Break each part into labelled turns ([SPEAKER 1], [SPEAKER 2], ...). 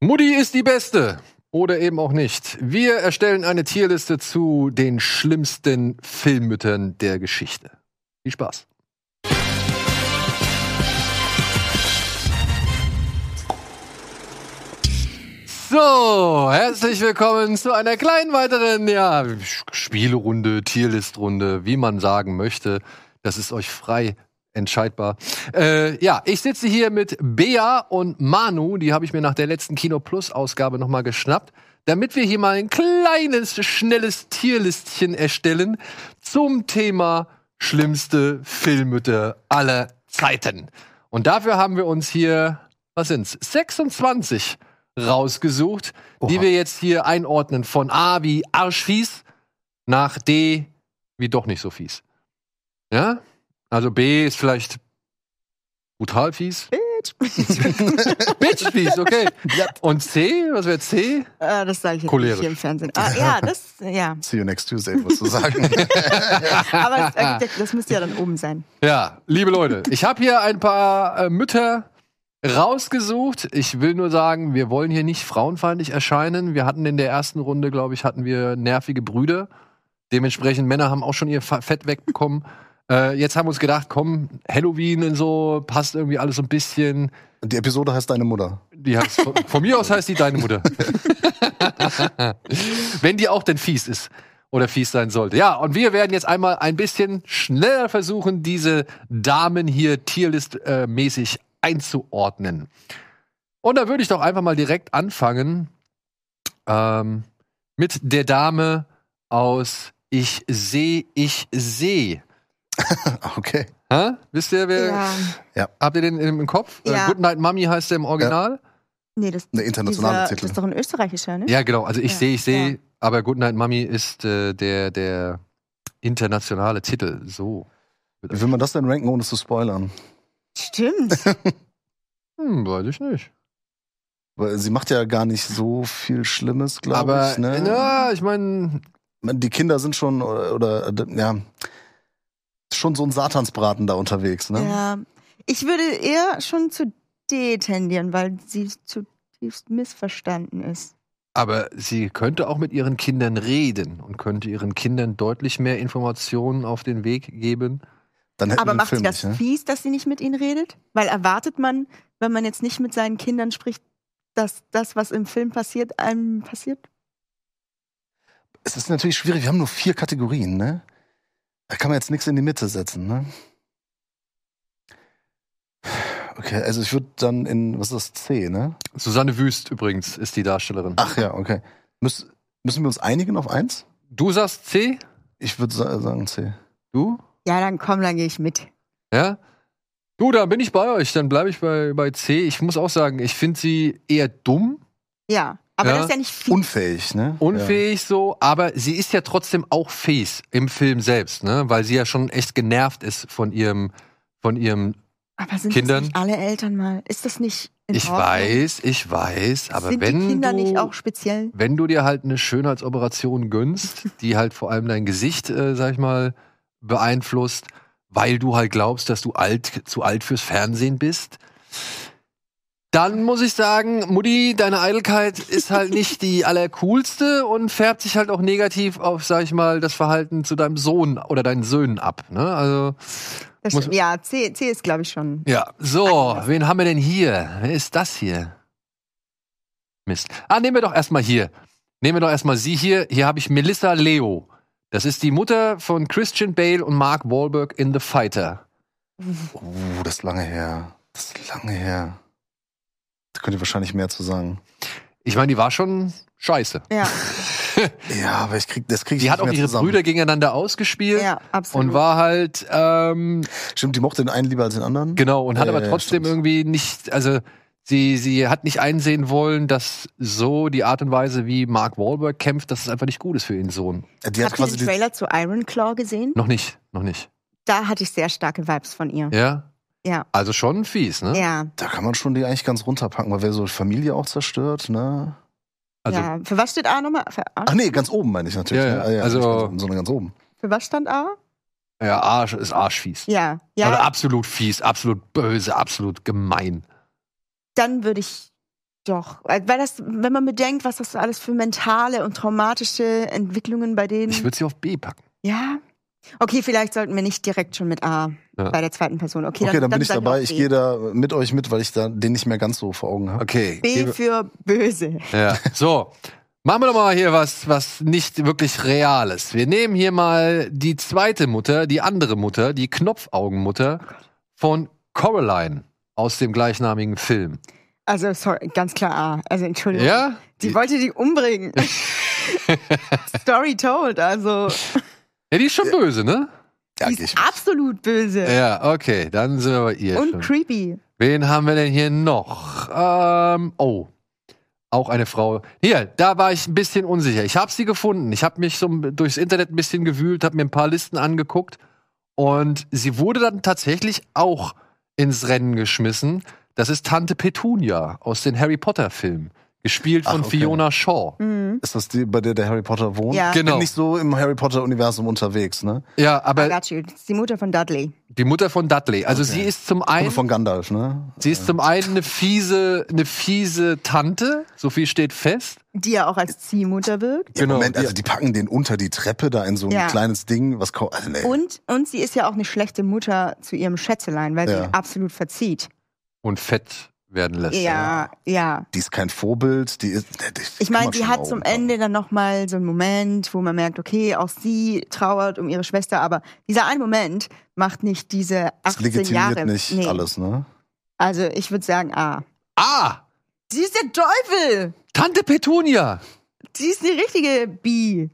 [SPEAKER 1] Mutti ist die Beste oder eben auch nicht. Wir erstellen eine Tierliste zu den schlimmsten Filmmüttern der Geschichte. Viel Spaß. So, herzlich willkommen zu einer kleinen weiteren ja, Spielrunde, Tierlistrunde, wie man sagen möchte. Das ist euch frei entscheidbar. Äh, ja, ich sitze hier mit Bea und Manu. Die habe ich mir nach der letzten Kino Plus Ausgabe nochmal geschnappt, damit wir hier mal ein kleines, schnelles Tierlistchen erstellen zum Thema schlimmste Filmmütter aller Zeiten. Und dafür haben wir uns hier, was sind's, 26 rausgesucht, die
[SPEAKER 2] Oha.
[SPEAKER 1] wir jetzt hier einordnen von A wie Arschfies nach D wie doch nicht so fies. Ja? Also B ist vielleicht brutal fies. Bitch fies, okay. Und C, was wäre C?
[SPEAKER 3] Äh, das sage ich jetzt
[SPEAKER 1] Cholerisch.
[SPEAKER 3] nicht hier im Fernsehen. Ah, ja, das, ja.
[SPEAKER 2] See you next Tuesday, musst du sagen.
[SPEAKER 3] Aber das, äh, das müsste ja dann oben sein.
[SPEAKER 1] Ja, liebe Leute, ich habe hier ein paar äh, Mütter rausgesucht. Ich will nur sagen, wir wollen hier nicht frauenfeindlich erscheinen. Wir hatten in der ersten Runde, glaube ich, hatten wir nervige Brüder. Dementsprechend Männer haben auch schon ihr Fa- Fett wegbekommen. Äh, jetzt haben wir uns gedacht, komm, Halloween und so passt irgendwie alles so ein bisschen.
[SPEAKER 2] Die Episode heißt Deine Mutter.
[SPEAKER 1] Die heißt, von, von mir aus heißt die deine Mutter. Wenn die auch denn fies ist oder fies sein sollte. Ja, und wir werden jetzt einmal ein bisschen schneller versuchen, diese Damen hier tierlist-mäßig einzuordnen. Und da würde ich doch einfach mal direkt anfangen ähm, mit der Dame aus Ich seh, ich seh.
[SPEAKER 2] Ah, Okay.
[SPEAKER 1] Hä? Wisst ihr, wer.
[SPEAKER 3] Ja.
[SPEAKER 1] Habt ihr den im im Kopf? Äh,
[SPEAKER 3] Ja.
[SPEAKER 1] Good Night Mummy heißt der im Original.
[SPEAKER 3] Nee, das,
[SPEAKER 2] Eine internationale
[SPEAKER 3] dieser,
[SPEAKER 2] Titel.
[SPEAKER 3] das ist doch ein österreichischer, ne?
[SPEAKER 1] Ja, genau. Also ich
[SPEAKER 3] Ja.
[SPEAKER 1] sehe, ich sehe,
[SPEAKER 3] Ja.
[SPEAKER 1] aber Good Night Mummy ist äh, der, der internationale Titel. So.
[SPEAKER 2] Wie will man das denn ranken, ohne es zu spoilern?
[SPEAKER 3] Stimmt.
[SPEAKER 1] Hm, weiß ich nicht.
[SPEAKER 2] Weil sie macht ja gar nicht so viel Schlimmes, glaube
[SPEAKER 1] aber
[SPEAKER 2] ich. Ne?
[SPEAKER 1] ja, ich meine,
[SPEAKER 2] Die Kinder sind schon, oder, oder äh, ja, schon so ein Satansbraten da unterwegs. Ne?
[SPEAKER 3] Ja. Ich würde eher schon zu D tendieren, weil sie zutiefst missverstanden ist.
[SPEAKER 1] aber sie könnte auch mit ihren Kindern reden und könnte ihren Kindern deutlich mehr Informationen auf den Weg geben.
[SPEAKER 2] Dann hätten
[SPEAKER 3] Aber
[SPEAKER 2] wir den
[SPEAKER 3] macht
[SPEAKER 2] Film
[SPEAKER 3] sie das
[SPEAKER 2] nicht. Ne?
[SPEAKER 3] fies, dass sie nicht mit ihnen redet? Weil erwartet man, wenn man jetzt nicht mit seinen Kindern spricht, dass das, was im Film passiert, einem passiert?
[SPEAKER 2] Es ist natürlich schwierig, wir haben nur vier Kategorien. Ne? Da kann man jetzt nichts in die Mitte setzen. Ne? Okay, also ich würde dann in, was ist das, C, ne?
[SPEAKER 1] Susanne Wüst übrigens ist die Darstellerin.
[SPEAKER 2] Ach ja, okay. Müß, müssen wir uns einigen auf eins?
[SPEAKER 1] Du sagst C?
[SPEAKER 2] Ich würde sa sagen C.
[SPEAKER 1] Du?
[SPEAKER 3] Ja, dann komm, dann gehe ich mit.
[SPEAKER 1] Ja? Du, da bin ich bei euch. Dann bleibe ich bei, bei C. Ich muss auch sagen, ich finde sie eher dumm.
[SPEAKER 3] Ja. Aber
[SPEAKER 1] Ja.
[SPEAKER 3] das ist ja nicht fies.
[SPEAKER 2] Unfähig, ne?
[SPEAKER 1] unfähig so, aber sie ist ja trotzdem auch fies im Film selbst, ne? Weil sie ja schon echt genervt ist von ihrem, von ihrem.
[SPEAKER 3] Aber sind
[SPEAKER 1] Kindern?
[SPEAKER 3] das nicht alle Eltern mal? Ist das nicht in
[SPEAKER 1] ich
[SPEAKER 3] Ordnung?
[SPEAKER 1] weiß, ich weiß, aber
[SPEAKER 3] sind
[SPEAKER 1] wenn
[SPEAKER 3] die Kinder
[SPEAKER 1] du,
[SPEAKER 3] nicht auch speziell?
[SPEAKER 1] wenn du dir halt eine Schönheitsoperation gönnst, die halt vor allem dein Gesicht, äh, sag ich mal, beeinflusst, weil du halt glaubst, dass du alt, zu alt fürs Fernsehen bist. Dann muss ich sagen, Mutti, deine Eitelkeit ist halt nicht die allercoolste und färbt sich halt auch negativ auf, sag ich mal, das Verhalten zu deinem Sohn oder deinen Söhnen ab. Ne? Also,
[SPEAKER 3] Das
[SPEAKER 1] Muss-
[SPEAKER 3] stimmt. ja, C, C ist glaube ich schon.
[SPEAKER 1] ja, so, wen haben wir denn hier? Wer ist das hier? Mist. Ah, nehmen wir doch erstmal hier. Nehmen wir doch erstmal sie hier. Hier habe ich Melissa Leo. Das ist die Mutter von Christian Bale und Mark Wahlberg in The Fighter.
[SPEAKER 2] Ja. Oh, das ist lange her. Das ist lange her. Da könnt ihr wahrscheinlich mehr zu sagen.
[SPEAKER 1] Ich meine, die war schon scheiße.
[SPEAKER 3] Ja,
[SPEAKER 2] Ja, aber ich krieg, das krieg ich
[SPEAKER 1] Die hat
[SPEAKER 2] nicht
[SPEAKER 1] auch
[SPEAKER 2] mehr
[SPEAKER 1] ihre
[SPEAKER 2] zusammen.
[SPEAKER 1] Brüder gegeneinander ausgespielt
[SPEAKER 3] ja, absolut.
[SPEAKER 1] und war halt, ähm,
[SPEAKER 2] Stimmt, die mochte den einen lieber als den anderen.
[SPEAKER 1] Genau, und hat
[SPEAKER 2] Ja,
[SPEAKER 1] aber
[SPEAKER 2] ja,
[SPEAKER 1] trotzdem
[SPEAKER 2] stimmt.
[SPEAKER 1] irgendwie nicht, also sie, sie hat nicht einsehen wollen, dass so die Art und Weise, wie Mark Wahlberg kämpft, dass es einfach nicht gut ist für ihren Sohn.
[SPEAKER 2] Äh, Die hat
[SPEAKER 3] Habt ihr
[SPEAKER 2] quasi
[SPEAKER 3] den
[SPEAKER 2] die,
[SPEAKER 3] Trailer zu Iron Claw gesehen?
[SPEAKER 1] Noch nicht, noch nicht.
[SPEAKER 3] Da hatte ich sehr starke Vibes von ihr.
[SPEAKER 1] Ja?
[SPEAKER 3] Mhm. Ja.
[SPEAKER 1] Also schon fies, ne?
[SPEAKER 3] Ja,
[SPEAKER 2] da kann man schon die eigentlich ganz runterpacken, weil wer so Familie auch zerstört, ne?
[SPEAKER 1] Also, ne.
[SPEAKER 3] ja. Für was steht A nochmal? Für, A?
[SPEAKER 2] Ach nee, ganz oben meine ich natürlich.
[SPEAKER 1] Ja, ja.
[SPEAKER 2] ne? Ah,
[SPEAKER 1] Also-
[SPEAKER 2] nicht ganz unten, sondern ganz oben.
[SPEAKER 3] Für was stand A?
[SPEAKER 1] ja, Arsch ist arschfies.
[SPEAKER 3] Ja,
[SPEAKER 1] Also
[SPEAKER 3] ja.
[SPEAKER 1] absolut fies, absolut böse, absolut gemein.
[SPEAKER 3] Dann würde ich Doch, weil weil das, wenn man bedenkt, was das alles für mentale und traumatische Entwicklungen bei denen.
[SPEAKER 1] Ich würde sie auf B packen.
[SPEAKER 3] ja. Okay, vielleicht sollten wir nicht direkt schon mit A
[SPEAKER 1] Ja.
[SPEAKER 3] bei der zweiten Person. Okay,
[SPEAKER 2] Okay, dann bin ich
[SPEAKER 3] sag
[SPEAKER 2] dabei.
[SPEAKER 3] auch
[SPEAKER 2] Ich
[SPEAKER 3] B.
[SPEAKER 2] gehe da mit euch mit, weil ich da den nicht mehr ganz so vor Augen habe.
[SPEAKER 1] Okay.
[SPEAKER 3] B
[SPEAKER 1] gebe-
[SPEAKER 3] für böse.
[SPEAKER 1] Ja. So. Machen wir doch mal hier was, was nicht wirklich Reales. Wir nehmen hier mal die zweite Mutter, die andere Mutter, die Knopfaugenmutter
[SPEAKER 3] Oh
[SPEAKER 1] von Coraline aus dem gleichnamigen Film.
[SPEAKER 3] Also, sorry, ganz klar A. Also, Entschuldigung.
[SPEAKER 1] Ja?
[SPEAKER 3] Die wollte die umbringen. Story told, also.
[SPEAKER 1] Ja, die ist schon böse, ne?
[SPEAKER 2] Ja,
[SPEAKER 3] Äh, die
[SPEAKER 2] geh ich
[SPEAKER 3] ist
[SPEAKER 2] mit.
[SPEAKER 3] absolut böse.
[SPEAKER 1] Ja, okay, dann sind wir bei ihr
[SPEAKER 3] und
[SPEAKER 1] schon.
[SPEAKER 3] creepy.
[SPEAKER 1] Wen haben wir denn hier noch? Ähm, oh. Auch eine Frau. Hier, da war ich ein bisschen unsicher. Ich habe sie gefunden. Ich habe mich so ein- durchs Internet ein bisschen gewühlt, habe mir ein paar Listen angeguckt. Und sie wurde dann tatsächlich auch ins Rennen geschmissen. Das ist Tante Petunia aus den Harry Potter-Filmen. Gespielt
[SPEAKER 2] Ach,
[SPEAKER 1] von
[SPEAKER 2] okay.
[SPEAKER 1] Fiona Shaw.
[SPEAKER 3] Mhm.
[SPEAKER 2] Ist das die, bei der der Harry Potter wohnt?
[SPEAKER 3] Ja.
[SPEAKER 2] Ich
[SPEAKER 1] Genau.
[SPEAKER 2] bin nicht so im Harry Potter-Universum unterwegs, ne?
[SPEAKER 1] Ja,
[SPEAKER 3] I
[SPEAKER 1] aber
[SPEAKER 3] got you. Das ist die Mutter von Dudley.
[SPEAKER 1] die Mutter von Dudley. Also
[SPEAKER 2] Okay.
[SPEAKER 1] sie ist zum
[SPEAKER 2] Oder
[SPEAKER 1] einen
[SPEAKER 2] von Gandalf, ne?
[SPEAKER 1] Sie ist zum einen eine fiese, eine fiese Tante, so viel steht fest.
[SPEAKER 3] Die ja auch als Ziehmutter wirkt.
[SPEAKER 2] Ja,
[SPEAKER 1] Genau,
[SPEAKER 2] Moment,
[SPEAKER 1] die-
[SPEAKER 2] also die packen den unter die Treppe da in so ein
[SPEAKER 3] Ja.
[SPEAKER 2] kleines Ding, was kaum. Also, nee.
[SPEAKER 3] Und, und sie ist ja auch eine schlechte Mutter zu ihrem Schätzelein, weil sie
[SPEAKER 2] Ja.
[SPEAKER 3] ihn absolut verzieht.
[SPEAKER 1] Und fett werden lässt.
[SPEAKER 3] Ja, ja.
[SPEAKER 2] Die ist kein Vorbild, die ist. nee, die
[SPEAKER 3] Ich
[SPEAKER 2] kann
[SPEAKER 3] meine,
[SPEAKER 2] man
[SPEAKER 3] die
[SPEAKER 2] schon
[SPEAKER 3] hat zum
[SPEAKER 2] glauben.
[SPEAKER 3] Ende dann nochmal so einen Moment, wo man merkt, okay, auch sie trauert um ihre Schwester, aber dieser eine Moment macht nicht diese
[SPEAKER 2] Das
[SPEAKER 3] 18
[SPEAKER 2] legitimiert
[SPEAKER 3] Jahre.
[SPEAKER 2] nicht
[SPEAKER 3] Nee.
[SPEAKER 2] alles, ne?
[SPEAKER 3] Also ich würde sagen, ah.
[SPEAKER 1] Ah!
[SPEAKER 3] Sie ist der Teufel!
[SPEAKER 1] Tante Petunia!
[SPEAKER 3] Sie ist die richtige B.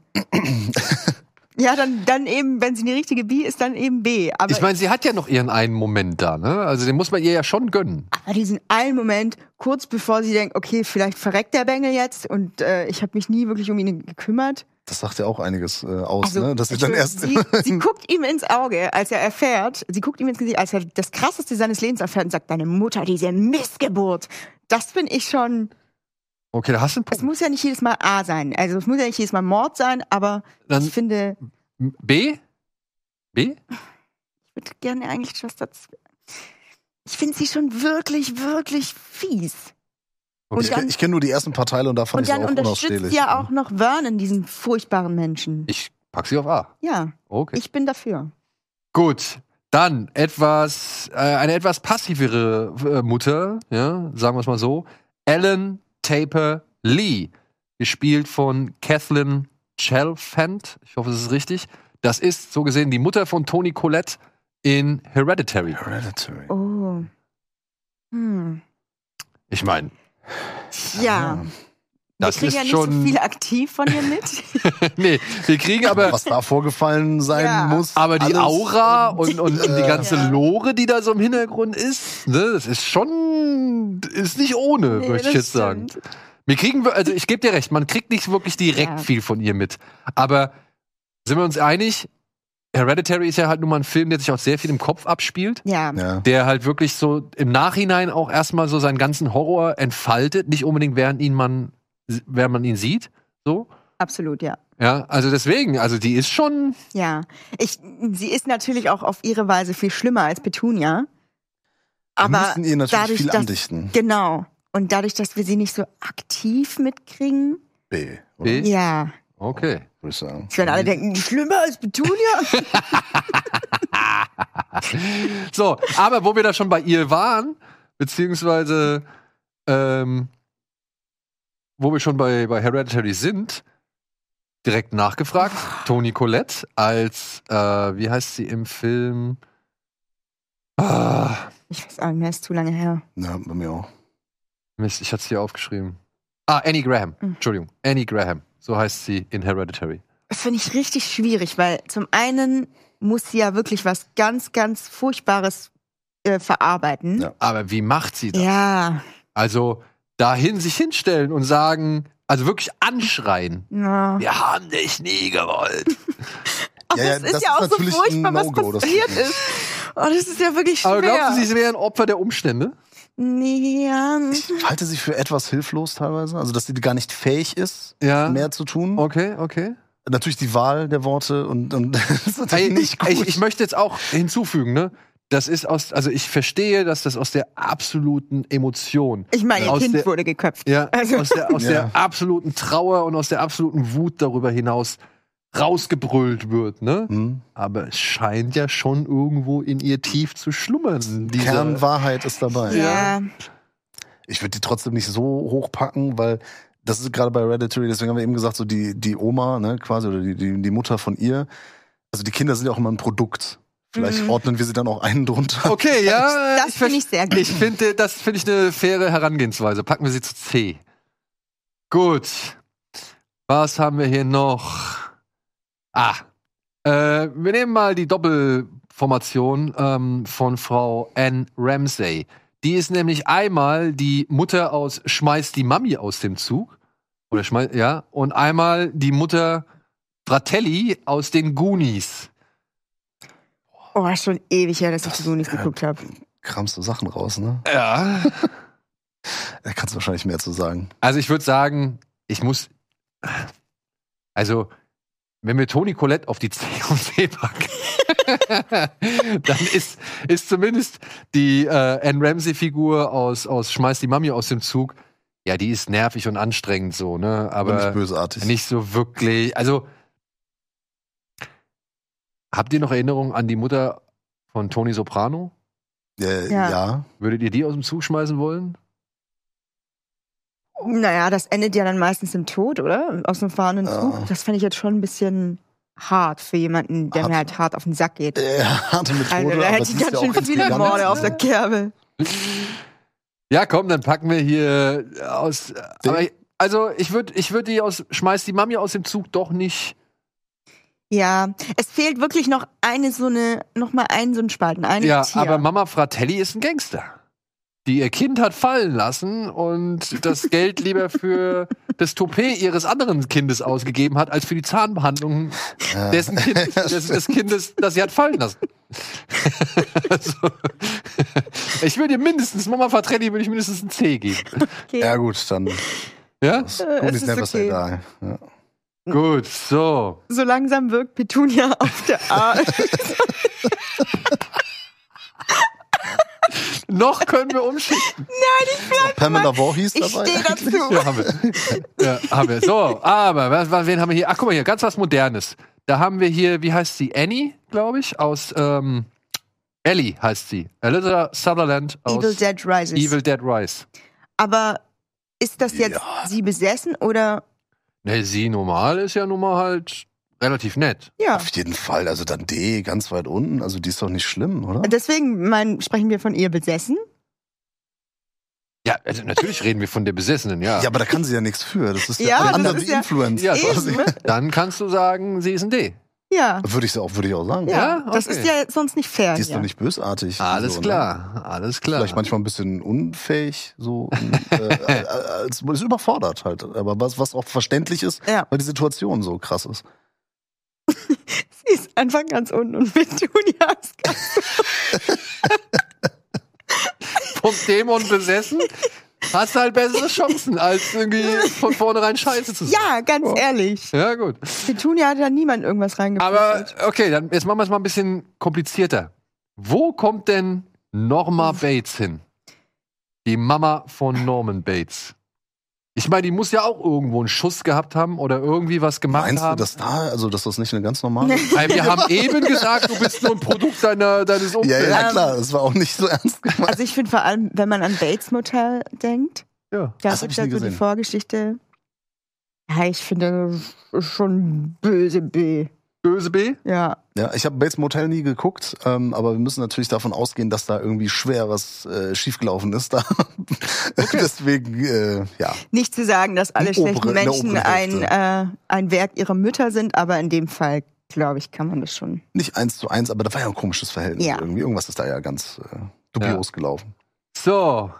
[SPEAKER 3] ja, dann, dann eben, wenn sie die richtige B ist, dann eben B. Aber,
[SPEAKER 1] Ich meine, sie hat ja noch ihren einen Moment da, ne? Also den muss man ihr ja schon gönnen.
[SPEAKER 3] aber diesen einen Moment, kurz bevor sie denkt, okay, vielleicht verreckt der Bengel jetzt und äh, ich habe mich nie wirklich um ihn gekümmert.
[SPEAKER 2] Das sagt ja auch einiges äh, aus,
[SPEAKER 3] Also,
[SPEAKER 2] ne? Dass sie dann erst.
[SPEAKER 3] sie, sie guckt ihm ins Auge, als er erfährt, sie guckt ihm ins Gesicht, als er das Krasseste seines Lebens erfährt und sagt, deine Mutter, diese Missgeburt. Das finde ich schon,
[SPEAKER 1] Okay, da hast du einen
[SPEAKER 3] es
[SPEAKER 1] Punkt.
[SPEAKER 3] muss ja nicht jedes Mal A sein. Also es muss ja nicht jedes Mal Mord sein, aber
[SPEAKER 1] Dann
[SPEAKER 3] ich finde,
[SPEAKER 1] B? B?
[SPEAKER 3] ich würde gerne eigentlich Schwester Z- Ich finde sie schon wirklich, wirklich fies.
[SPEAKER 2] ich
[SPEAKER 3] dann-
[SPEAKER 2] ich kenne nur die ersten paar Teile und da fand
[SPEAKER 3] und
[SPEAKER 2] ich es
[SPEAKER 3] dann
[SPEAKER 2] auch
[SPEAKER 3] unterstützt
[SPEAKER 2] unausstehlich.
[SPEAKER 3] sie ja auch noch Vernon, diesen furchtbaren Menschen.
[SPEAKER 1] Ich pack sie auf A.
[SPEAKER 3] ja,
[SPEAKER 1] Okay.
[SPEAKER 3] ich bin dafür.
[SPEAKER 1] Gut. Dann etwas, äh, eine etwas passivere äh, Mutter, ja, sagen wir es mal so. Ellen Taper Lee, gespielt von Kathleen Chelfand. Ich hoffe, es ist richtig. Das ist so gesehen die Mutter von Toni Collette in Hereditary.
[SPEAKER 2] Hereditary.
[SPEAKER 3] Oh. Hm.
[SPEAKER 1] Ich meine,
[SPEAKER 3] Ja.
[SPEAKER 1] das
[SPEAKER 3] ich kriege
[SPEAKER 1] ist
[SPEAKER 3] ja nicht
[SPEAKER 1] schon.
[SPEAKER 3] so viel aktiv von ihr mit.
[SPEAKER 1] nee, wir kriegen
[SPEAKER 2] Aber
[SPEAKER 1] aber,
[SPEAKER 2] was da vorgefallen sein
[SPEAKER 3] Ja.
[SPEAKER 2] muss.
[SPEAKER 1] aber die
[SPEAKER 2] alles- äh,
[SPEAKER 1] Aura und, und, und die
[SPEAKER 2] Ja.
[SPEAKER 1] ganze
[SPEAKER 3] Ja.
[SPEAKER 1] Lore, die da so im Hintergrund ist, ne, das ist schon, ist nicht ohne,
[SPEAKER 3] Nee,
[SPEAKER 1] würde
[SPEAKER 3] das
[SPEAKER 1] ich jetzt sagen.
[SPEAKER 3] stimmt.
[SPEAKER 1] Wir kriegen, wir- also ich gebe dir recht, man kriegt nicht wirklich direkt
[SPEAKER 3] Ja.
[SPEAKER 1] viel von ihr mit. Aber sind wir uns einig, Hereditary ist ja halt nun mal ein Film, der sich auch sehr viel im Kopf abspielt.
[SPEAKER 3] Ja.
[SPEAKER 2] Ja.
[SPEAKER 1] der halt wirklich so im Nachhinein auch erstmal so seinen ganzen Horror entfaltet, nicht unbedingt während ihn man während man ihn sieht, so.
[SPEAKER 3] absolut, ja.
[SPEAKER 1] Ja, also deswegen, also die ist schon
[SPEAKER 3] Ja. Ich, sie ist natürlich auch auf ihre Weise viel schlimmer als Petunia. Aber
[SPEAKER 2] wir müssen ihr natürlich
[SPEAKER 3] dadurch,
[SPEAKER 2] viel
[SPEAKER 3] dass-
[SPEAKER 2] andichten.
[SPEAKER 3] genau. Und dadurch, dass wir sie nicht so aktiv mitkriegen,
[SPEAKER 2] B. oder?
[SPEAKER 1] B?
[SPEAKER 3] ja.
[SPEAKER 1] okay.
[SPEAKER 2] Würde ich sagen.
[SPEAKER 3] Jetzt werden alle denken, schlimmer als Petunia?
[SPEAKER 1] So, aber wo wir da schon bei ihr waren, beziehungsweise ähm, wo wir schon bei, bei Hereditary sind, direkt nachgefragt, Toni Collette als, äh, wie heißt sie im Film? Ah,
[SPEAKER 3] ich weiß auch nicht mehr, ist zu lange her.
[SPEAKER 2] Ja, bei mir auch.
[SPEAKER 1] Mist, ich hatte es hier aufgeschrieben. Ah, Annie Graham.
[SPEAKER 3] Mhm.
[SPEAKER 1] Entschuldigung. Annie Graham. So heißt sie in Hereditary.
[SPEAKER 3] Das finde ich richtig schwierig, weil zum einen muss sie ja wirklich was ganz, ganz Furchtbares äh, verarbeiten.
[SPEAKER 2] Ja.
[SPEAKER 1] Aber wie macht sie das?
[SPEAKER 3] Ja.
[SPEAKER 1] Also dahin sich hinstellen und sagen, also wirklich anschreien.
[SPEAKER 3] ja.
[SPEAKER 1] Wir haben dich nie gewollt.
[SPEAKER 3] Aber
[SPEAKER 2] Ja, ja,
[SPEAKER 3] es ist
[SPEAKER 2] das
[SPEAKER 3] ja
[SPEAKER 2] ist
[SPEAKER 3] auch so
[SPEAKER 2] natürlich
[SPEAKER 3] furchtbar,
[SPEAKER 2] ein
[SPEAKER 3] was
[SPEAKER 2] No-Go, das
[SPEAKER 3] passiert
[SPEAKER 2] geht nicht.
[SPEAKER 3] ist. Oh, das ist ja wirklich schwer.
[SPEAKER 1] Aber glauben Sie, sie wäre ein Opfer der Umstände?
[SPEAKER 3] Nee, ja.
[SPEAKER 2] Ich halte sie für etwas hilflos teilweise. Also, dass sie gar nicht fähig ist,
[SPEAKER 1] Ja.
[SPEAKER 2] mehr zu tun.
[SPEAKER 1] Okay, okay.
[SPEAKER 2] Natürlich die Wahl der Worte und, und das ist natürlich
[SPEAKER 1] Ey,
[SPEAKER 2] nicht gut.
[SPEAKER 1] Ich, ich möchte jetzt auch hinzufügen, ne? das ist aus, also ich verstehe, dass das aus der absoluten Emotion,
[SPEAKER 3] Ich meine, ihr
[SPEAKER 1] Aus
[SPEAKER 3] Kind
[SPEAKER 1] der-
[SPEAKER 3] wurde geköpft.
[SPEAKER 1] ja,
[SPEAKER 3] Also-
[SPEAKER 1] aus, der, aus
[SPEAKER 2] Ja.
[SPEAKER 1] der absoluten Trauer und aus der absoluten Wut darüber hinaus rausgebrüllt wird, ne?
[SPEAKER 2] Hm?
[SPEAKER 1] Aber es scheint ja schon irgendwo in ihr tief zu schlummern. Dieser,
[SPEAKER 2] Kernwahrheit ist dabei.
[SPEAKER 3] Ja.
[SPEAKER 2] Ich würde die trotzdem nicht so hochpacken, weil das ist gerade bei Hereditary, deswegen haben wir eben gesagt, so die, die Oma, ne, quasi, oder die, die, die Mutter von ihr. Also die Kinder sind ja auch immer ein Produkt. Vielleicht
[SPEAKER 3] Mhm.
[SPEAKER 2] ordnen wir sie dann auch einen drunter.
[SPEAKER 1] Okay, ja.
[SPEAKER 3] Das finde ich sehr gut.
[SPEAKER 1] Ich finde, das finde ich eine faire Herangehensweise. Packen wir sie zu C. Gut. Was haben wir hier noch? Ah. Äh, wir nehmen mal die Doppelformation ähm, von Frau Anne Ramsey. Die ist nämlich einmal die Mutter aus Schmeißt die Mami aus dem Zug. Oder schmeißt, ja. Und einmal die Mutter Fratelli aus den Goonies.
[SPEAKER 3] Oh, ist schon ewig her, dass ich
[SPEAKER 2] Das-
[SPEAKER 3] die so nicht geguckt habe.
[SPEAKER 2] Kramst du Sachen raus, ne?
[SPEAKER 1] Ja.
[SPEAKER 2] Da kannst du wahrscheinlich mehr zu sagen.
[SPEAKER 1] Also ich würde sagen, ich muss. Also, wenn wir Toni Colette auf die C und C packen, dann ist, ist zumindest die äh, Anne Ramsey-Figur aus, aus Schmeiß die Mami aus dem Zug, ja, die ist nervig und anstrengend so, ne?
[SPEAKER 2] Aber
[SPEAKER 1] Aber
[SPEAKER 2] nicht bösartig.
[SPEAKER 1] nicht so wirklich. Also, habt ihr noch Erinnerungen an die Mutter von Toni Soprano?
[SPEAKER 2] Äh,
[SPEAKER 3] Ja.
[SPEAKER 2] ja.
[SPEAKER 1] Würdet ihr die aus dem Zug schmeißen wollen?
[SPEAKER 3] Naja, das endet ja dann meistens im Tod, oder? Aus dem fahrenden
[SPEAKER 2] Ja.
[SPEAKER 3] Zug. Das fand ich jetzt schon ein bisschen hart für jemanden, der
[SPEAKER 2] Hart.
[SPEAKER 3] mir halt hart auf den Sack geht.
[SPEAKER 2] Äh, harte Methode.
[SPEAKER 3] Also, da
[SPEAKER 2] aber
[SPEAKER 3] hätte
[SPEAKER 2] es
[SPEAKER 3] ich
[SPEAKER 2] ist
[SPEAKER 3] ganz
[SPEAKER 2] ja auch
[SPEAKER 3] schön viele
[SPEAKER 2] intrigant,
[SPEAKER 3] Morde auf
[SPEAKER 2] ne?
[SPEAKER 3] der Kerbe.
[SPEAKER 1] Ja, komm, dann packen wir hier äh, aus. Aber ich, also ich würde ich würd die aus. Schmeiß die Mami aus dem Zug doch nicht.
[SPEAKER 3] Ja, es fehlt wirklich noch eine so eine, noch mal einen so einen Spalten, einen
[SPEAKER 1] ja,
[SPEAKER 3] Tier.
[SPEAKER 1] aber Mama Fratelli ist ein Gangster. Die ihr Kind hat fallen lassen und das Geld lieber für das Toupet ihres anderen Kindes ausgegeben hat, als für die Zahnbehandlung
[SPEAKER 2] Ja.
[SPEAKER 1] dessen kind, des, des Kindes, das sie hat fallen lassen. also, ich würde ihr mindestens, Mama Fratelli würde ich mindestens ein C geben.
[SPEAKER 3] okay.
[SPEAKER 2] Ja, gut, dann.
[SPEAKER 1] Ja?
[SPEAKER 2] Das
[SPEAKER 3] Äh, es
[SPEAKER 2] Goonies
[SPEAKER 3] ist
[SPEAKER 2] Never
[SPEAKER 3] okay.
[SPEAKER 2] Say Die. Ja.
[SPEAKER 1] Gut, so.
[SPEAKER 3] So langsam wirkt Petunia auf der A.
[SPEAKER 1] Noch können wir umschieben.
[SPEAKER 2] Pamela Voorhees
[SPEAKER 3] Ich
[SPEAKER 2] dabei.
[SPEAKER 3] stehe dazu.
[SPEAKER 1] Ja, haben wir. Ja, haben wir. So, aber was, was, wen haben wir hier? Ach, guck mal hier, ganz was Modernes. Da haben wir hier, wie heißt sie? Annie, glaube ich, aus ähm, Ellie heißt sie. Elizabeth Sutherland aus
[SPEAKER 3] Evil Dead Rises.
[SPEAKER 1] Evil Dead Rise.
[SPEAKER 3] Aber ist das jetzt
[SPEAKER 2] Ja.
[SPEAKER 3] sie besessen oder
[SPEAKER 1] Ne, sie normal ist ja nun mal halt relativ nett.
[SPEAKER 3] ja?
[SPEAKER 2] Auf jeden Fall, also dann D, ganz weit unten. Also die ist doch nicht schlimm, oder?
[SPEAKER 3] Deswegen mein, sprechen wir von ihr besessen.
[SPEAKER 1] Ja, also natürlich reden wir von der Besessenen, ja.
[SPEAKER 2] Ja, aber da kann sie ja nichts für. Das ist
[SPEAKER 3] Ja,
[SPEAKER 2] ja,
[SPEAKER 3] das
[SPEAKER 2] under
[SPEAKER 3] ist
[SPEAKER 2] the
[SPEAKER 3] ja-
[SPEAKER 2] influence.
[SPEAKER 1] Ja,
[SPEAKER 3] Eben.
[SPEAKER 2] quasi.
[SPEAKER 1] Dann kannst du sagen, sie ist ein D.
[SPEAKER 3] Ja.
[SPEAKER 2] Würde ich auch, würde ich auch sagen.
[SPEAKER 3] Ja,
[SPEAKER 1] Ja,
[SPEAKER 3] das
[SPEAKER 1] okay.
[SPEAKER 3] ist ja sonst nicht fair.
[SPEAKER 2] Die ist
[SPEAKER 3] hier.
[SPEAKER 2] doch nicht bösartig.
[SPEAKER 1] Alles
[SPEAKER 2] so, ne?
[SPEAKER 1] klar, alles klar.
[SPEAKER 2] Vielleicht manchmal ein bisschen unfähig, so äh, äh, als, ist überfordert halt. Aber was, was auch verständlich ist,
[SPEAKER 3] Ja.
[SPEAKER 2] weil die Situation so krass ist.
[SPEAKER 3] Sie ist einfach ganz unten und Petunia ist ganz
[SPEAKER 1] vom Dämon besessen, hast du halt bessere Chancen, als irgendwie von vornherein scheiße zu sein.
[SPEAKER 3] Ja, ganz ehrlich.
[SPEAKER 1] Ja, gut.
[SPEAKER 3] Petunia hat da niemand irgendwas reingepackt.
[SPEAKER 1] Aber okay, dann jetzt machen wir es mal ein bisschen komplizierter. Wo kommt denn Norma Bates hin? Die Mama von Norman Bates. Ich meine, die muss ja auch irgendwo einen Schuss gehabt haben oder irgendwie was gemacht
[SPEAKER 2] Meinst du,
[SPEAKER 1] haben.
[SPEAKER 2] dass da, also dass das nicht eine ganz normale?
[SPEAKER 1] Weil wir haben eben gesagt, du bist nur ein Produkt deiner, deines
[SPEAKER 2] ja,
[SPEAKER 1] Umfelds.
[SPEAKER 2] ja, klar, das war auch nicht so ernst gemeint.
[SPEAKER 3] also ich finde vor allem, wenn man an Bates Motel denkt,
[SPEAKER 1] Ja.
[SPEAKER 3] da
[SPEAKER 2] Das hab
[SPEAKER 3] ist
[SPEAKER 2] ich
[SPEAKER 3] ja
[SPEAKER 2] nie
[SPEAKER 3] so die
[SPEAKER 2] gesehen.
[SPEAKER 3] Vorgeschichte. Ja, ich finde das ist schon böse B.
[SPEAKER 1] Böse B?
[SPEAKER 3] Ja.
[SPEAKER 2] Ja, ich habe Bates Motel nie geguckt, ähm, aber wir müssen natürlich davon ausgehen, dass da irgendwie schwer was äh, schiefgelaufen ist. Da. Deswegen, äh, ja.
[SPEAKER 3] Nicht zu sagen, dass alle
[SPEAKER 2] Eine
[SPEAKER 3] schlechten
[SPEAKER 2] obere- eine
[SPEAKER 3] Menschen
[SPEAKER 2] obere
[SPEAKER 3] ein,
[SPEAKER 2] Hälfte.
[SPEAKER 3] äh, ein Werk ihrer Mütter sind, aber in dem Fall, glaube ich, kann man das schon.
[SPEAKER 2] Nicht eins zu eins, aber da war ja ein komisches Verhältnis.
[SPEAKER 3] Ja.
[SPEAKER 2] Irgendwie. Irgendwas ist da ja ganz äh, dubios gelaufen.
[SPEAKER 1] So.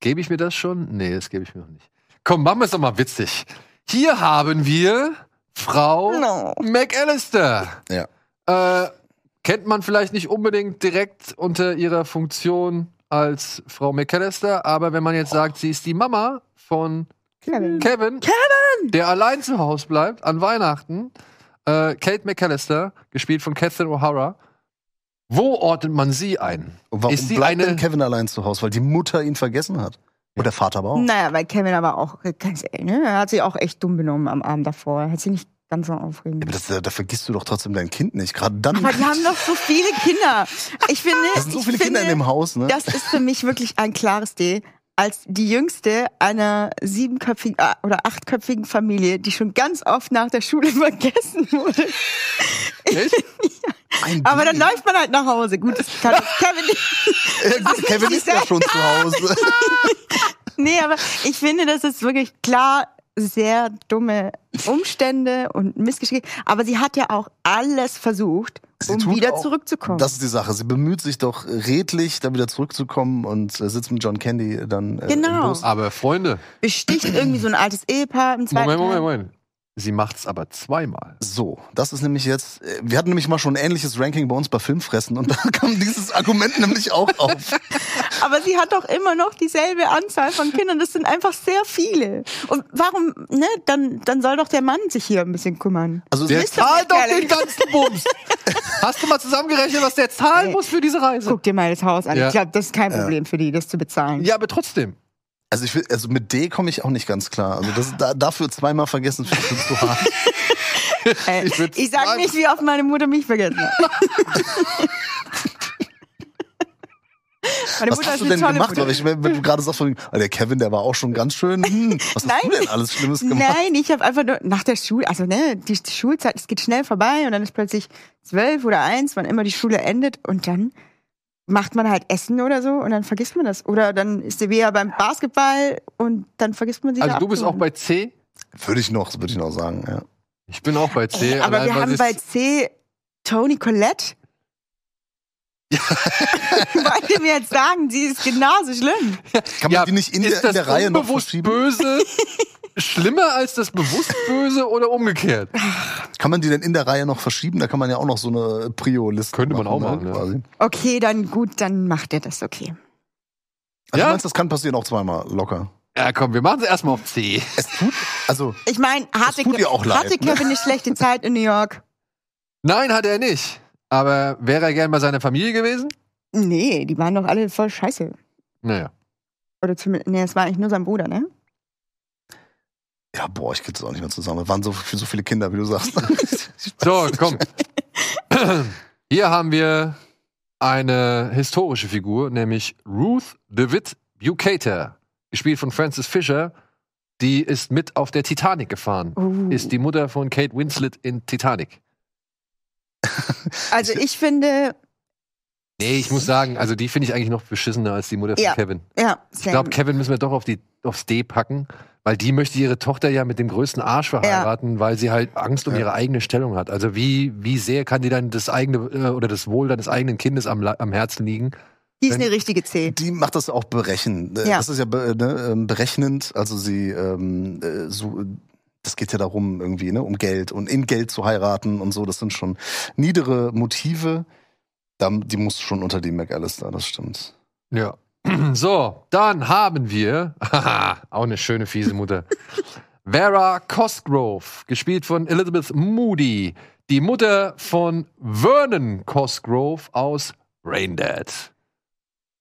[SPEAKER 1] Gebe ich mir das schon? Nee, das gebe ich mir noch nicht. Komm, machen wir es doch mal witzig. Hier haben wir Frau
[SPEAKER 3] No.
[SPEAKER 1] McAllister.
[SPEAKER 2] Ja.
[SPEAKER 1] Äh, kennt man vielleicht nicht unbedingt direkt unter ihrer Funktion als Frau McAllister, aber wenn man jetzt sagt, sie ist die Mama von
[SPEAKER 3] Kevin.
[SPEAKER 1] Kevin, Kevin! der allein zu Hause bleibt an Weihnachten, äh, Kate McAllister, gespielt von Catherine O'Hara, Wo ordnet man sie ein?
[SPEAKER 2] Und warum
[SPEAKER 1] Ist sie
[SPEAKER 2] bleibt
[SPEAKER 1] eine-
[SPEAKER 2] denn Kevin allein zu Hause? Weil die Mutter ihn vergessen hat. Und der Vater aber auch.
[SPEAKER 3] Naja, weil Kevin aber auch, äh, ganz ehrlich, ne? Er hat sich auch echt dumm benommen am Abend davor. Er hat sie nicht ganz so aufregend.
[SPEAKER 2] Ja, aber das, äh, da vergisst du doch trotzdem dein Kind nicht. Gerade dann.
[SPEAKER 3] Aber die haben doch so viele Kinder. Ich finde,
[SPEAKER 2] das sind so
[SPEAKER 3] ich
[SPEAKER 2] viele
[SPEAKER 3] finde,
[SPEAKER 2] Kinder in dem Haus, ne?
[SPEAKER 3] Das ist für mich wirklich ein klares D. Als die jüngste einer siebenköpfigen äh, oder achtköpfigen Familie, die schon ganz oft nach der Schule vergessen wurde.
[SPEAKER 1] Nicht?
[SPEAKER 2] Ein
[SPEAKER 3] Aber dann
[SPEAKER 2] Baby.
[SPEAKER 3] läuft man halt nach Hause. Gut, das kann das Kevin nicht.
[SPEAKER 2] Äh, gut, Kevin ist ja schon zu Hause.
[SPEAKER 3] Nee, aber ich finde, das ist wirklich klar sehr dumme Umstände und Missgeschicke. Aber sie hat ja auch alles versucht,
[SPEAKER 2] Sie
[SPEAKER 3] um
[SPEAKER 2] tut
[SPEAKER 3] wieder
[SPEAKER 2] auch-
[SPEAKER 3] zurückzukommen.
[SPEAKER 2] Das ist die Sache. Sie bemüht sich doch redlich, da wieder zurückzukommen und äh, sitzt mit John Candy dann äh,
[SPEAKER 3] Genau.
[SPEAKER 2] im Bus.
[SPEAKER 1] Aber Freunde,
[SPEAKER 3] Besticht irgendwie so ein altes Ehepaar im zweiten
[SPEAKER 1] Moment, Moment,
[SPEAKER 3] Teil.
[SPEAKER 1] Moment. Sie macht's aber zweimal.
[SPEAKER 2] So, das ist nämlich jetzt. äh, Wir hatten nämlich mal schon ein ähnliches Ranking bei uns bei Filmfressen und da kam dieses Argument nämlich auch auf.
[SPEAKER 3] Aber sie hat doch immer noch dieselbe Anzahl von Kindern. Das sind einfach sehr viele. Und warum, ne, dann, dann soll doch der Mann sich hier ein bisschen kümmern.
[SPEAKER 2] Also
[SPEAKER 1] Der
[SPEAKER 3] Mist, das
[SPEAKER 1] zahlt
[SPEAKER 3] ist
[SPEAKER 1] Halt doch
[SPEAKER 3] geil.
[SPEAKER 1] den ganzen Bums. Hast du mal zusammengerechnet, was der zahlen
[SPEAKER 3] Ey.
[SPEAKER 1] muss für diese Reise?
[SPEAKER 3] Guck dir mal das Haus an.
[SPEAKER 1] Ja.
[SPEAKER 3] Ich glaube, das ist kein Problem für die, das zu bezahlen.
[SPEAKER 1] Ja, aber trotzdem.
[SPEAKER 2] Also ich will, also mit D komme ich auch nicht ganz klar. Also das, da, dafür zweimal vergessen finde ich schon zu hart.
[SPEAKER 3] Äh,
[SPEAKER 1] ich
[SPEAKER 3] ich
[SPEAKER 1] würd's
[SPEAKER 3] sag
[SPEAKER 1] sagen.
[SPEAKER 3] nicht, wie oft meine Mutter mich vergessen hat. meine
[SPEAKER 2] Was
[SPEAKER 3] Mutter
[SPEAKER 2] hast
[SPEAKER 3] ist
[SPEAKER 2] du
[SPEAKER 3] eine
[SPEAKER 2] denn
[SPEAKER 3] tolle
[SPEAKER 2] gemacht?
[SPEAKER 3] Mutter.
[SPEAKER 2] Aber ich, wenn, wenn du gerade sagst, von, wegen, ah, der Kevin, der war auch schon ganz schön. Hm, was hast du
[SPEAKER 3] Nein.
[SPEAKER 2] denn alles Schlimmes gemacht?
[SPEAKER 3] Nein, ich habe einfach nur nach der Schule, also ne, die Schulzeit, es geht schnell vorbei und dann ist plötzlich zwölf oder eins, wann immer die Schule endet und dann macht man halt Essen oder so und dann vergisst man das. Oder dann ist der Wehr beim Basketball und dann vergisst man sie
[SPEAKER 1] Also
[SPEAKER 3] da
[SPEAKER 1] du bist auch
[SPEAKER 3] abzuholen.
[SPEAKER 1] bei C.
[SPEAKER 2] Würde ich noch, würde ich noch sagen. Ja.
[SPEAKER 1] Ich bin auch bei C.
[SPEAKER 3] Ey, Oh, aber
[SPEAKER 1] allein,
[SPEAKER 3] wir
[SPEAKER 1] weil
[SPEAKER 3] haben
[SPEAKER 1] sie's-
[SPEAKER 3] bei C Toni Colette. Wollt ihr mir jetzt sagen, sie ist genauso schlimm?
[SPEAKER 2] Kann man die nicht in
[SPEAKER 1] ist
[SPEAKER 2] der, in
[SPEAKER 1] das
[SPEAKER 2] der Reihe noch
[SPEAKER 1] unbewusst
[SPEAKER 2] verschieben?
[SPEAKER 1] böse schlimmer als das bewusst böse oder umgekehrt?
[SPEAKER 2] Kann man die denn in der Reihe noch verschieben? Da kann man ja auch noch so eine Prio-Liste
[SPEAKER 1] Könnte man auch machen,
[SPEAKER 2] ne,
[SPEAKER 1] ja.
[SPEAKER 2] quasi.
[SPEAKER 3] Okay, dann gut, dann macht er das okay.
[SPEAKER 2] Also
[SPEAKER 1] Ja.
[SPEAKER 2] du meinst, das kann passieren auch zweimal locker.
[SPEAKER 1] Ja, komm, wir machen es erstmal auf C.
[SPEAKER 2] Es tut, also
[SPEAKER 3] Ich meine, hatte,
[SPEAKER 2] tut ihr auch leid,
[SPEAKER 3] hatte
[SPEAKER 2] ne?
[SPEAKER 3] Kevin eine schlechte Zeit in New York?
[SPEAKER 1] Nein, hat er nicht. Aber wäre er gern bei seiner Familie gewesen?
[SPEAKER 3] Nee, die waren doch alle voll scheiße.
[SPEAKER 1] Naja.
[SPEAKER 3] Oder zumindest, nee, es war eigentlich nur sein Bruder, ne?
[SPEAKER 2] Ja, boah, ich krieg das auch nicht mehr zusammen. Es waren so, viel- so viele Kinder, wie du sagst.
[SPEAKER 1] So, komm. Hier haben wir eine historische Figur, nämlich Ruth DeWitt Bucater, gespielt von Frances Fisher. Die ist mit auf der Titanic gefahren.
[SPEAKER 3] Oh.
[SPEAKER 1] Ist die Mutter von Kate Winslet in Titanic.
[SPEAKER 3] Also ich finde,
[SPEAKER 1] Nee, ich muss sagen, also die finde ich eigentlich noch beschissener als die Mutter von
[SPEAKER 3] Ja.
[SPEAKER 1] Kevin.
[SPEAKER 3] ja,
[SPEAKER 1] Ich glaube, Kevin müssen wir doch auf die, aufs D packen, weil die möchte ihre Tochter ja mit dem größten Arsch verheiraten, weil sie halt Angst um
[SPEAKER 2] Ja.
[SPEAKER 1] ihre eigene Stellung hat. Also wie, wie sehr kann die dann das eigene äh, oder das Wohl deines eigenen Kindes am, La- am Herzen liegen?
[SPEAKER 3] die ist
[SPEAKER 1] wenn-
[SPEAKER 3] eine richtige C.
[SPEAKER 2] Die macht das auch berechen. Äh,
[SPEAKER 3] Ja.
[SPEAKER 2] Das ist ja be, ne, ähm, berechnend. Also sie, ähm, äh, so, das geht ja darum irgendwie, ne, um Geld und in Geld zu heiraten und so. Das sind schon niedere Motive. Da, die muss schon unter die McAllister, das stimmt.
[SPEAKER 1] Ja. So, dann haben wir, haha, auch eine schöne fiese Mutter, Vera Cosgrove, gespielt von Elizabeth Moody, die Mutter von Vernon Cosgrove aus Braindead.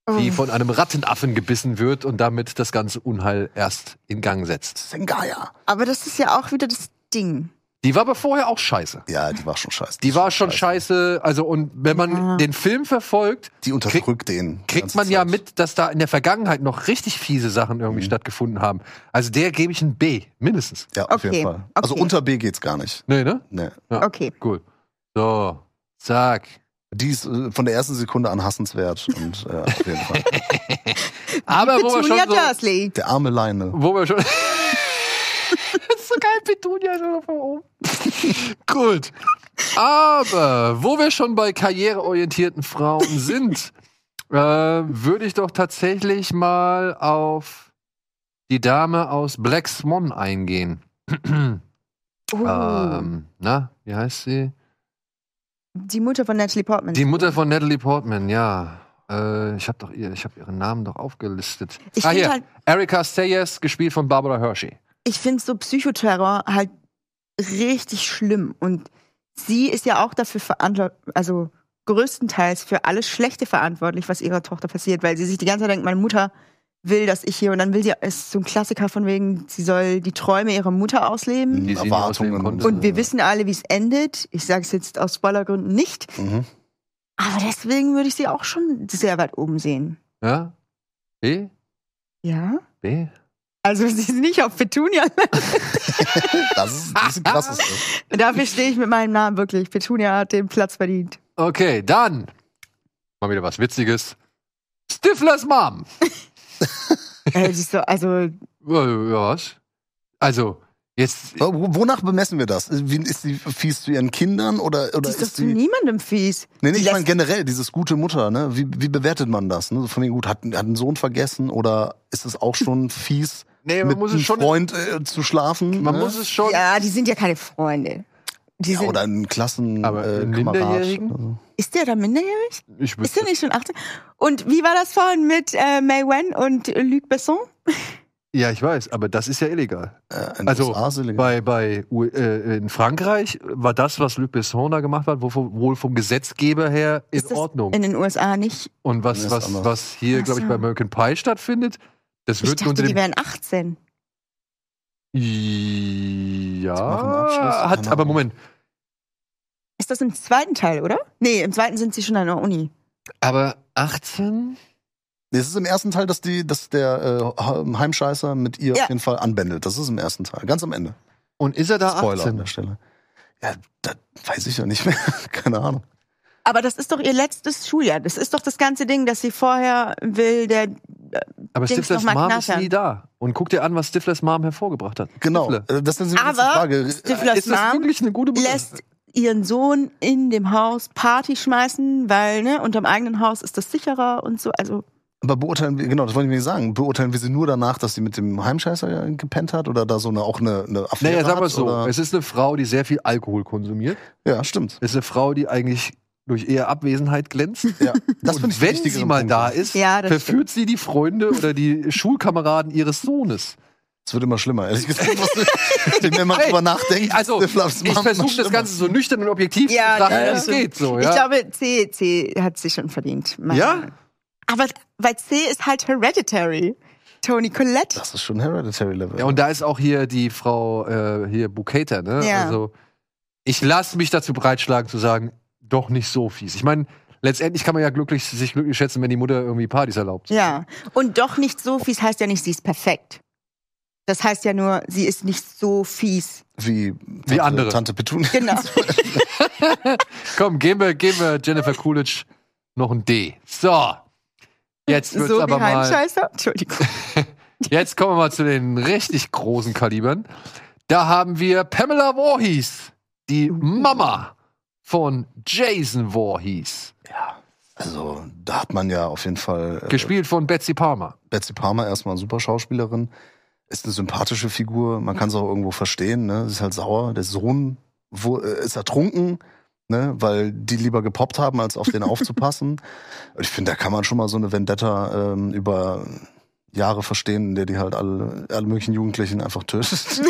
[SPEAKER 3] Oh.
[SPEAKER 1] die von einem Rattenaffen gebissen wird und damit das ganze Unheil erst in Gang setzt.
[SPEAKER 2] Zengaya.
[SPEAKER 3] Aber das ist ja auch wieder das Ding.
[SPEAKER 1] Die war aber vorher auch scheiße.
[SPEAKER 2] Ja, die war schon scheiße.
[SPEAKER 1] Die war schon scheiße, also und wenn man
[SPEAKER 3] Ja.
[SPEAKER 1] den Film verfolgt,
[SPEAKER 2] Die unterdrückt den.
[SPEAKER 1] kriegt
[SPEAKER 2] ganze
[SPEAKER 1] man ja
[SPEAKER 2] Zeit. Mhm.
[SPEAKER 1] mit, dass da in der Vergangenheit noch richtig fiese Sachen irgendwie stattgefunden haben. Also der gebe ich ein B, mindestens.
[SPEAKER 2] Ja, auf
[SPEAKER 3] Okay,
[SPEAKER 2] jeden Fall. Also
[SPEAKER 3] okay.
[SPEAKER 2] unter B geht's gar nicht.
[SPEAKER 1] Nee, ne?
[SPEAKER 2] Nee.
[SPEAKER 1] Ja.
[SPEAKER 3] Okay.
[SPEAKER 1] Cool. So, zack.
[SPEAKER 2] Die ist äh, von der ersten Sekunde an hassenswert. Und äh, auf jeden Fall.
[SPEAKER 1] Aber wo wir
[SPEAKER 3] Petunia
[SPEAKER 1] schon so,
[SPEAKER 3] Dursley.
[SPEAKER 2] Der arme Leine.
[SPEAKER 1] wo wir schon. das ist so geil, Petunia ist noch von oben. Gut. Aber wo wir schon bei karriereorientierten Frauen sind, äh, würde ich doch tatsächlich mal auf die Dame aus Black Swan eingehen.
[SPEAKER 3] Oh,
[SPEAKER 1] Ähm, na, wie heißt sie?
[SPEAKER 3] die Mutter von Natalie Portman.
[SPEAKER 1] Die Mutter von Natalie Portman, ja. Äh, ich habe doch ihr, ich habe ihren Namen doch aufgelistet.
[SPEAKER 3] Ich
[SPEAKER 1] ah,
[SPEAKER 3] find
[SPEAKER 1] hier.
[SPEAKER 3] halt-
[SPEAKER 1] Erika Sayers, gespielt von Barbara Hershey.
[SPEAKER 3] ich finde so Psychoterror halt richtig schlimm. Und sie ist ja auch dafür verantwortlich, also größtenteils für alles Schlechte verantwortlich, was ihrer Tochter passiert, weil sie sich die ganze Zeit denkt, meine Mutter will, dass ich hier und dann will sie, ist so ein Klassiker von wegen, sie soll die Träume ihrer Mutter
[SPEAKER 2] Mhm.
[SPEAKER 3] ausleben.
[SPEAKER 1] Die sie nie
[SPEAKER 2] Hm, Erwartungen
[SPEAKER 1] ausleben konnte.
[SPEAKER 3] Und wir wissen alle, wie es endet. Ich sage es jetzt aus Spoilergründen nicht.
[SPEAKER 2] Mhm.
[SPEAKER 3] Aber deswegen würde ich sie auch schon sehr weit oben sehen.
[SPEAKER 1] Ja? B?
[SPEAKER 3] Ja?
[SPEAKER 1] B?
[SPEAKER 3] Also sie ist nicht auf Petunia.
[SPEAKER 2] Das ist das ist ein krasses.
[SPEAKER 3] Dafür stehe ich mit meinem Namen wirklich. Petunia hat den Platz verdient.
[SPEAKER 1] Okay, dann mal wieder was Witziges. Stiflers Mom.
[SPEAKER 3] Äh, sie ist so, also
[SPEAKER 1] Ja, ja, was? Also, jetzt.
[SPEAKER 2] Wo- Wonach bemessen wir das? Wie- Ist sie fies zu ihren Kindern oder, oder
[SPEAKER 3] sie ist doch
[SPEAKER 2] ist
[SPEAKER 3] zu
[SPEAKER 2] sie.
[SPEAKER 3] niemandem fies.
[SPEAKER 2] Nee, nee, ich
[SPEAKER 3] lässt-
[SPEAKER 2] meine generell, dieses gute Mutter, ne? Wie, wie bewertet man das? Ne? So Von wegen, gut, hat, hat ein Sohn vergessen oder ist es auch schon fies,
[SPEAKER 1] Nee,
[SPEAKER 2] mit
[SPEAKER 1] man muss
[SPEAKER 2] einem
[SPEAKER 1] es schon.
[SPEAKER 2] Freund äh, zu schlafen?
[SPEAKER 1] Man
[SPEAKER 2] ne?
[SPEAKER 1] muss es schon.
[SPEAKER 3] Ja, die sind ja keine Freunde. Die
[SPEAKER 2] ja,
[SPEAKER 3] sind,
[SPEAKER 2] oder einen Klassen
[SPEAKER 1] Aber
[SPEAKER 2] äh,
[SPEAKER 1] einen
[SPEAKER 2] Kamerad.
[SPEAKER 1] Minderjährigen?
[SPEAKER 2] Also,
[SPEAKER 3] ist der da minderjährig?
[SPEAKER 1] Ich
[SPEAKER 3] Ist der nicht schon 18? Und wie war das vorhin mit äh, May Wen und Luc Besson?
[SPEAKER 1] Oh. ja, ich weiß, aber das ist ja illegal.
[SPEAKER 2] äh,
[SPEAKER 1] Also,
[SPEAKER 2] also
[SPEAKER 3] Genau.
[SPEAKER 1] Bei, bei U- äh, in Frankreich war das, was Luc Besson da gemacht hat, wo- wohl vom Gesetzgeber her in
[SPEAKER 3] Ist das
[SPEAKER 1] Ordnung.
[SPEAKER 3] In den USA nicht.
[SPEAKER 1] Und
[SPEAKER 2] Das
[SPEAKER 1] was,
[SPEAKER 2] ist
[SPEAKER 1] was,
[SPEAKER 2] anders.
[SPEAKER 1] was hier,
[SPEAKER 3] Ach
[SPEAKER 1] glaube ich,
[SPEAKER 3] so.
[SPEAKER 1] bei American Pie stattfindet, das
[SPEAKER 3] Ich
[SPEAKER 1] wird unter
[SPEAKER 3] dachte, die
[SPEAKER 1] dem.
[SPEAKER 3] wären 18.
[SPEAKER 2] machen Abschluss,
[SPEAKER 1] Ja, hat,
[SPEAKER 2] keine
[SPEAKER 1] aber
[SPEAKER 2] Ahnung.
[SPEAKER 1] Moment.
[SPEAKER 3] Ist das im zweiten Teil, oder? Nee, im zweiten sind sie schon an der Uni.
[SPEAKER 1] Aber 18?
[SPEAKER 2] es ist im ersten Teil, dass, die, dass der äh, Heimscheißer mit ihr
[SPEAKER 3] Ja.
[SPEAKER 2] auf jeden Fall anbändelt. Das ist im ersten Teil, ganz am Ende.
[SPEAKER 1] Und ist er da
[SPEAKER 2] Spoiler an
[SPEAKER 1] 18?
[SPEAKER 2] der Stelle. Ja, das weiß ich ja nicht mehr. Keine Ahnung.
[SPEAKER 3] Aber das ist doch ihr letztes Schuljahr. Das ist doch das ganze Ding, dass sie vorher will, der.
[SPEAKER 1] Aber
[SPEAKER 3] Dings
[SPEAKER 1] Stiflers
[SPEAKER 3] noch mal
[SPEAKER 1] Mom ist
[SPEAKER 3] knattern.
[SPEAKER 1] nie da. Und guck dir an, was Stiflers Mom hervorgebracht hat.
[SPEAKER 2] Genau.
[SPEAKER 1] Stifler.
[SPEAKER 2] äh, Das ist nämlich jetzt die
[SPEAKER 3] Aber
[SPEAKER 2] Frage.
[SPEAKER 3] Stiflers
[SPEAKER 1] ist das
[SPEAKER 3] Mom
[SPEAKER 1] wirklich eine gute Mutter?
[SPEAKER 3] lässt ihren Sohn in dem Haus Party schmeißen, weil, ne, unterm eigenen Haus ist das sicherer und so. Also,
[SPEAKER 2] Aber beurteilen wir, genau, das wollte ich mir sagen. Beurteilen wir sie nur danach, dass sie mit dem Heimscheißer äh, gepennt hat oder da so eine, auch eine, eine Affäre
[SPEAKER 1] Naja, sag
[SPEAKER 2] hat?
[SPEAKER 1] mal so.
[SPEAKER 2] Oder?
[SPEAKER 1] Es ist eine Frau, die sehr viel Alkohol konsumiert.
[SPEAKER 2] Ja, stimmt.
[SPEAKER 1] Es ist eine Frau, die eigentlich durch eher Abwesenheit glänzt.
[SPEAKER 2] Ja, das finde ich
[SPEAKER 1] Und wenn
[SPEAKER 2] die
[SPEAKER 1] sie
[SPEAKER 2] wichtigeren
[SPEAKER 1] mal
[SPEAKER 2] Punkte.
[SPEAKER 1] da ist,
[SPEAKER 3] Ja, das
[SPEAKER 1] verführt sie die Freunde oder die Schulkameraden ihres Sohnes.
[SPEAKER 2] Es wird immer schlimmer, ehrlich gesagt. Was, je mehr man drüber nachdenkt,
[SPEAKER 1] Also,
[SPEAKER 2] der Flaps
[SPEAKER 1] ich
[SPEAKER 2] macht immer
[SPEAKER 1] versuche das
[SPEAKER 2] schlimmer.
[SPEAKER 1] Ganze so nüchtern und objektiv
[SPEAKER 3] Ja,
[SPEAKER 1] zu betrachten,
[SPEAKER 3] ja,
[SPEAKER 1] wie es
[SPEAKER 3] ja.
[SPEAKER 1] geht. So,
[SPEAKER 3] ich
[SPEAKER 1] ja?
[SPEAKER 3] glaube, C, C hat sie schon verdient. meine
[SPEAKER 1] Ja?
[SPEAKER 3] Meinung. Aber weil C ist halt hereditary. Tony Collette.
[SPEAKER 2] Das ist schon Hereditary Level.
[SPEAKER 1] ja, und da ist auch hier die Frau, äh, hier Bukater, ne?
[SPEAKER 3] Ja.
[SPEAKER 1] Also, ich lasse mich dazu breitschlagen, zu sagen, doch nicht so fies. Ich meine, letztendlich kann man ja glücklich, sich glücklich schätzen, wenn die Mutter irgendwie Partys erlaubt.
[SPEAKER 3] Ja. Und doch nicht so fies heißt ja nicht, sie ist perfekt. Das heißt ja nur, sie ist nicht so fies.
[SPEAKER 2] wie,
[SPEAKER 1] Wie andere.
[SPEAKER 2] Tante Petunia.
[SPEAKER 3] Genau.
[SPEAKER 1] Komm, geben wir, geben wir Jennifer Coolidge noch ein D. So. Jetzt wird's
[SPEAKER 3] so wie
[SPEAKER 1] aber mal.
[SPEAKER 3] Heimscheißer. Entschuldigung.
[SPEAKER 1] Jetzt kommen wir mal zu den richtig großen Kalibern. Da haben wir Pamela Voorhees, die Mama von Jason Voorhees,
[SPEAKER 2] Also, da hat man ja auf jeden Fall äh,
[SPEAKER 1] gespielt von Betsy Palmer.
[SPEAKER 2] Betsy Palmer erstmal eine super Schauspielerin, ist eine sympathische Figur, man kann es auch irgendwo verstehen, ne? Sie ist halt sauer. Der Sohn wo, äh, ist ertrunken, ne? weil die lieber gepoppt haben, als auf den aufzupassen. Und ich finde, da kann man schon mal so eine Vendetta ähm, über Jahre verstehen, in der die halt alle, alle möglichen Jugendlichen einfach tötet.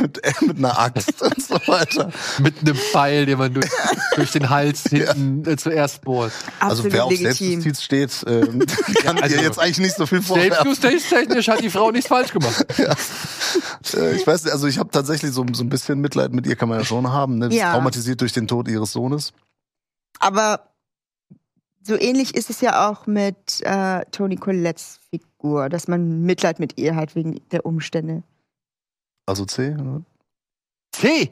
[SPEAKER 2] mit, äh, mit einer Axt und so weiter.
[SPEAKER 1] Mit einem Pfeil, den man durch, durch den Hals hinten äh, zuerst bohrt.
[SPEAKER 2] also
[SPEAKER 3] Absolut
[SPEAKER 2] wer auf
[SPEAKER 3] legitim.
[SPEAKER 2] Selbstjustiz steht, ähm, kann
[SPEAKER 1] also-
[SPEAKER 2] dir jetzt eigentlich nicht so viel vorwerfen.
[SPEAKER 1] Selbstjustiztechnisch hat die Frau nichts falsch gemacht.
[SPEAKER 2] Äh, ich weiß nicht, also ich habe tatsächlich so, so ein bisschen Mitleid mit ihr, kann man ja schon haben. Ne? Sie
[SPEAKER 3] Ja.
[SPEAKER 2] ist traumatisiert durch den Tod ihres Sohnes.
[SPEAKER 3] Aber so ähnlich ist es ja auch mit äh, Toni Collettes Figur, dass man Mitleid mit ihr hat wegen der Umstände.
[SPEAKER 2] Also C. ne?
[SPEAKER 1] C.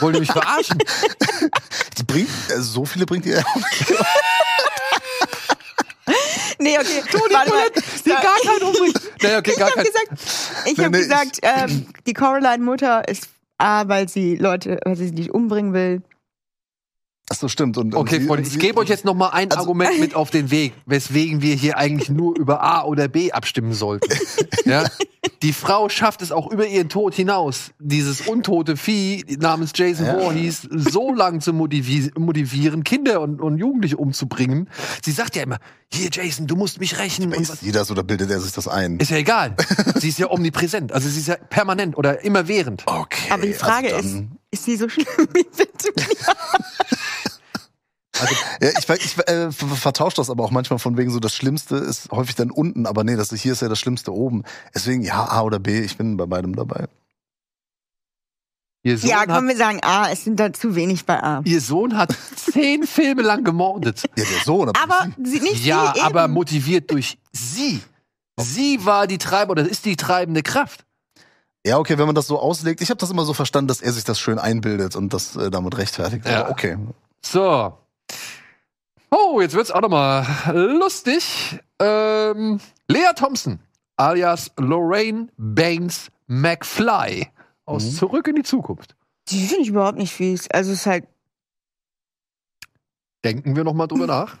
[SPEAKER 1] Wollt ihr mich verarschen?
[SPEAKER 2] Die bringt, äh, so viele bringt ihr.
[SPEAKER 3] Nee, okay. Toni Collette,
[SPEAKER 1] Die gar kein Umriss. Naja, okay, gar
[SPEAKER 3] Ich
[SPEAKER 1] kein.
[SPEAKER 3] habe gesagt, ich
[SPEAKER 2] Nee,
[SPEAKER 3] hab
[SPEAKER 2] nee,
[SPEAKER 3] gesagt ähm, die Coraline-Mutter ist A, weil sie Leute, weil sie sie nicht umbringen will.
[SPEAKER 2] Ach so, stimmt. Und, und
[SPEAKER 1] Okay,
[SPEAKER 2] sie-
[SPEAKER 1] Freunde,
[SPEAKER 2] und
[SPEAKER 1] ich
[SPEAKER 2] sie-
[SPEAKER 1] gebe euch jetzt noch mal ein
[SPEAKER 2] Also-
[SPEAKER 1] Argument mit auf den Weg, weswegen wir hier eigentlich nur über A oder B abstimmen sollten. ja? Die Frau schafft es auch über ihren Tod hinaus, dieses untote Vieh namens Jason
[SPEAKER 2] Ja.
[SPEAKER 1] Voorhees so lang zu motivi motivieren, Kinder und, und Jugendliche umzubringen. Sie sagt ja immer, hier Jason, du musst mich rächen. Und was,
[SPEAKER 2] Ist sie das oder bildet er sich das ein?
[SPEAKER 1] ist ja egal. sie ist ja omnipräsent, also sie ist ja permanent oder immerwährend.
[SPEAKER 2] Okay.
[SPEAKER 3] Aber die Frage
[SPEAKER 2] also dann-
[SPEAKER 3] ist, ist sie so schlimm wie bitte?
[SPEAKER 2] Also, ja, ich ver- ich äh, ver- vertausche das aber auch manchmal von wegen so, das Schlimmste ist häufig dann unten, aber nee, das hier ist ja das Schlimmste oben. Deswegen ja, A oder B, ich bin bei beidem dabei.
[SPEAKER 1] Ihr Sohn,
[SPEAKER 3] ja,
[SPEAKER 1] hat,
[SPEAKER 3] können wir sagen A, es sind da zu wenig bei A.
[SPEAKER 1] ihr Sohn hat zehn Filme lang gemordet.
[SPEAKER 2] Ja, der Sohn.
[SPEAKER 3] Aber sie, nicht
[SPEAKER 1] ja,
[SPEAKER 3] sie eben.
[SPEAKER 1] aber motiviert durch sie. Sie war die treibende, oder ist die treibende Kraft.
[SPEAKER 2] ja, okay, wenn man das so auslegt, ich habe das immer so verstanden, dass er sich das schön einbildet und das äh, damit rechtfertigt.
[SPEAKER 1] Ja.
[SPEAKER 2] Aber okay.
[SPEAKER 1] So. Oh, jetzt wird's auch nochmal lustig. Ähm, Lea Thompson, alias Lorraine Baines McFly aus
[SPEAKER 2] Mhm.
[SPEAKER 1] Zurück in die Zukunft.
[SPEAKER 3] Die finde ich überhaupt nicht fies. Also es ist halt,
[SPEAKER 1] Denken wir nochmal drüber nach.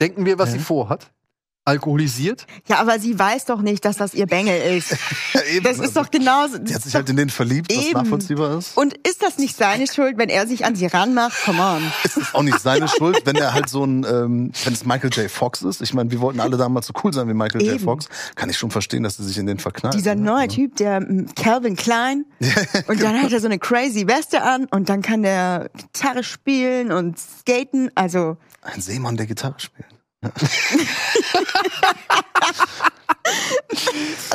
[SPEAKER 1] Denken wir, was
[SPEAKER 2] Ja.
[SPEAKER 1] sie vorhat. Alkoholisiert.
[SPEAKER 3] ja, aber sie weiß doch nicht, dass das ihr Bengel ist.
[SPEAKER 2] Ja, eben.
[SPEAKER 3] Das ist doch genauso.
[SPEAKER 2] Die hat sich halt in den verliebt, was
[SPEAKER 3] Eben.
[SPEAKER 2] nachvollziehbar ist.
[SPEAKER 3] Und ist das nicht seine Schuld, wenn er sich an sie ranmacht? Come on.
[SPEAKER 2] Es ist auch nicht seine Schuld, wenn er halt so ein, ähm, wenn es Michael J. Fox ist. Ich meine, wir wollten alle damals so cool sein wie Michael J.
[SPEAKER 3] Eben.
[SPEAKER 2] Fox. Kann ich schon verstehen, dass sie sich in den verknallt.
[SPEAKER 3] Dieser
[SPEAKER 2] ne?
[SPEAKER 1] genau.
[SPEAKER 3] neue Typ, der mm, Calvin Klein. Und dann hat er so eine crazy Weste an und dann kann der Gitarre spielen und skaten. Also,
[SPEAKER 2] Ein Seemann, der Gitarre spielt.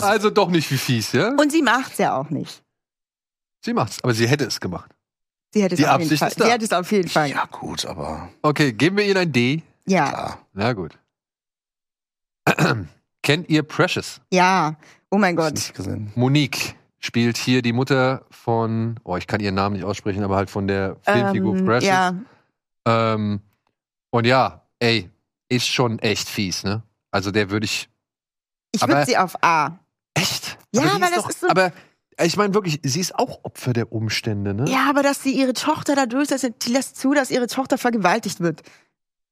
[SPEAKER 1] Also doch nicht wie fies, ja?
[SPEAKER 3] und sie macht's ja auch nicht.
[SPEAKER 1] Sie macht's, aber sie hätte es gemacht.
[SPEAKER 3] Sie hätte es
[SPEAKER 1] Die
[SPEAKER 3] auf jeden
[SPEAKER 1] Absicht
[SPEAKER 3] Fall.
[SPEAKER 1] ist da.
[SPEAKER 3] Sie hätte es auf jeden Fall. Ja.
[SPEAKER 2] Ja, gut, aber
[SPEAKER 1] Okay, geben wir ihr ein D.
[SPEAKER 3] ja.
[SPEAKER 2] ja.
[SPEAKER 1] Na gut. Kennt ihr Precious?
[SPEAKER 3] Oh mein
[SPEAKER 2] Gott.
[SPEAKER 3] Gott.
[SPEAKER 2] Nicht gesehen.
[SPEAKER 1] Monique spielt hier die Mutter von, oh, ich kann ihren Namen nicht aussprechen, aber halt von der Filmfigur
[SPEAKER 3] Ähm,
[SPEAKER 1] Precious.
[SPEAKER 3] ja.
[SPEAKER 1] Ähm, und ja, ey, ist schon echt fies, ne? Also der würde ich
[SPEAKER 3] Ich
[SPEAKER 1] Aber- Hm?
[SPEAKER 3] würde sie auf A.
[SPEAKER 1] echt.
[SPEAKER 3] Ja,
[SPEAKER 1] aber, die
[SPEAKER 3] aber
[SPEAKER 1] ist
[SPEAKER 3] das
[SPEAKER 1] doch,
[SPEAKER 3] ist so-
[SPEAKER 1] Aber ich meine wirklich, sie ist auch Opfer der Umstände, ne?
[SPEAKER 3] Ja, aber dass sie ihre Tochter da durchsetzt, die lässt zu, dass ihre Tochter vergewaltigt wird.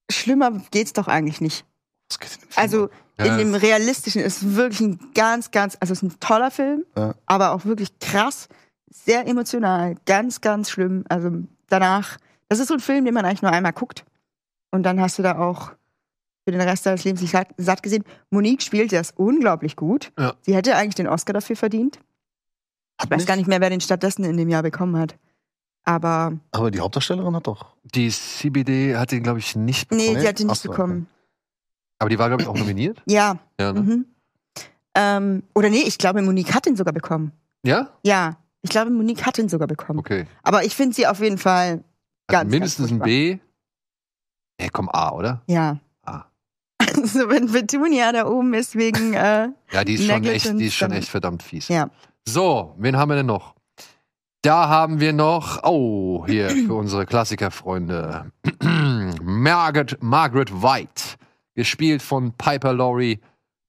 [SPEAKER 3] Schlimmer geht's doch eigentlich nicht.
[SPEAKER 2] Was geht in dem Film
[SPEAKER 3] Also
[SPEAKER 1] Ja,
[SPEAKER 3] in dem realistischen ist wirklich ein ganz, ganz, also es ist ein toller Film,
[SPEAKER 2] Ja.
[SPEAKER 3] aber auch wirklich krass, sehr emotional, ganz, ganz schlimm. Also danach, das ist so ein Film, den man eigentlich nur einmal guckt. Und dann hast du da auch für den Rest deines Lebens nicht satt- satt gesehen. Monique spielt das unglaublich gut.
[SPEAKER 1] Ja.
[SPEAKER 3] Sie hätte eigentlich den Oscar dafür verdient.
[SPEAKER 2] Hat
[SPEAKER 3] Ich weiß
[SPEAKER 2] nicht,
[SPEAKER 3] gar nicht mehr, wer den stattdessen in dem Jahr bekommen hat. Aber
[SPEAKER 2] Aber die Hauptdarstellerin hat doch.
[SPEAKER 1] Die CBD hat den, glaube ich, nicht bekommen.
[SPEAKER 3] nee,
[SPEAKER 2] Nee?
[SPEAKER 3] sie hat den
[SPEAKER 2] Ach
[SPEAKER 3] nicht
[SPEAKER 2] so,
[SPEAKER 3] bekommen.
[SPEAKER 1] Aber die war, glaube ich, auch nominiert.
[SPEAKER 3] Ja.
[SPEAKER 1] Ja,
[SPEAKER 2] Also.
[SPEAKER 1] ne?
[SPEAKER 3] Mhm. Ähm, oder nee, ich glaube, Monique hat den sogar bekommen.
[SPEAKER 1] ja?
[SPEAKER 3] Ja, ich glaube, Monique hat den sogar bekommen.
[SPEAKER 1] Okay.
[SPEAKER 3] Aber ich finde sie auf jeden Fall,
[SPEAKER 1] Also
[SPEAKER 3] Ganz,
[SPEAKER 1] mindestens
[SPEAKER 3] ganz
[SPEAKER 1] ein B. Nee, komm, A, oder?
[SPEAKER 3] ja.
[SPEAKER 1] Ah.
[SPEAKER 3] Also wenn Petunia da oben ist wegen, äh,
[SPEAKER 1] Ja, die ist schon echt, die
[SPEAKER 3] Negligence,
[SPEAKER 1] ist schon
[SPEAKER 3] dann-
[SPEAKER 1] echt verdammt fies.
[SPEAKER 3] Ja.
[SPEAKER 1] So, wen haben wir denn noch? Da haben wir noch, oh, hier für unsere Klassikerfreunde. Margaret, Margaret White, gespielt von Piper Laurie,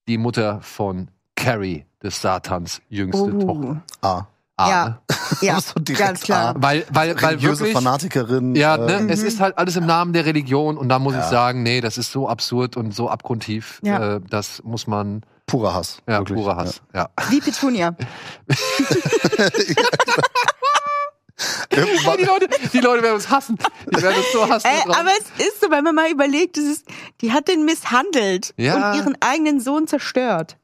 [SPEAKER 1] die Mutter von Carrie, des Satans jüngste Tochter.
[SPEAKER 3] oh,
[SPEAKER 2] Ah.
[SPEAKER 1] Ah,
[SPEAKER 3] Ja.
[SPEAKER 1] ne?
[SPEAKER 3] ja,
[SPEAKER 2] so Also direkt
[SPEAKER 3] ganz
[SPEAKER 2] A.
[SPEAKER 3] klar.
[SPEAKER 1] Weil, weil, weil
[SPEAKER 2] Religiöse
[SPEAKER 1] wirklich,
[SPEAKER 2] Fanatikerin.
[SPEAKER 1] ja,
[SPEAKER 2] äh,
[SPEAKER 1] ne, es
[SPEAKER 3] Mhm.
[SPEAKER 1] ist halt alles im Namen der Religion und da muss
[SPEAKER 2] Ja.
[SPEAKER 1] ich sagen, nee, das ist so absurd und so abgrundtief.
[SPEAKER 3] Ja.
[SPEAKER 1] Äh, das muss man,
[SPEAKER 2] Purer Hass.
[SPEAKER 1] ja,
[SPEAKER 2] wirklich.
[SPEAKER 1] purer Hass. ja.
[SPEAKER 3] Wie Petunia.
[SPEAKER 2] Ja.
[SPEAKER 1] Ey, die,
[SPEAKER 2] Irgendwann-
[SPEAKER 1] Leute, die Leute werden uns hassen. Die werden uns so hassen. da
[SPEAKER 3] Äh,
[SPEAKER 1] draußen.
[SPEAKER 3] aber es ist so, wenn man mal überlegt, es ist, die hat den misshandelt
[SPEAKER 1] Ja.
[SPEAKER 3] und ihren eigenen Sohn zerstört.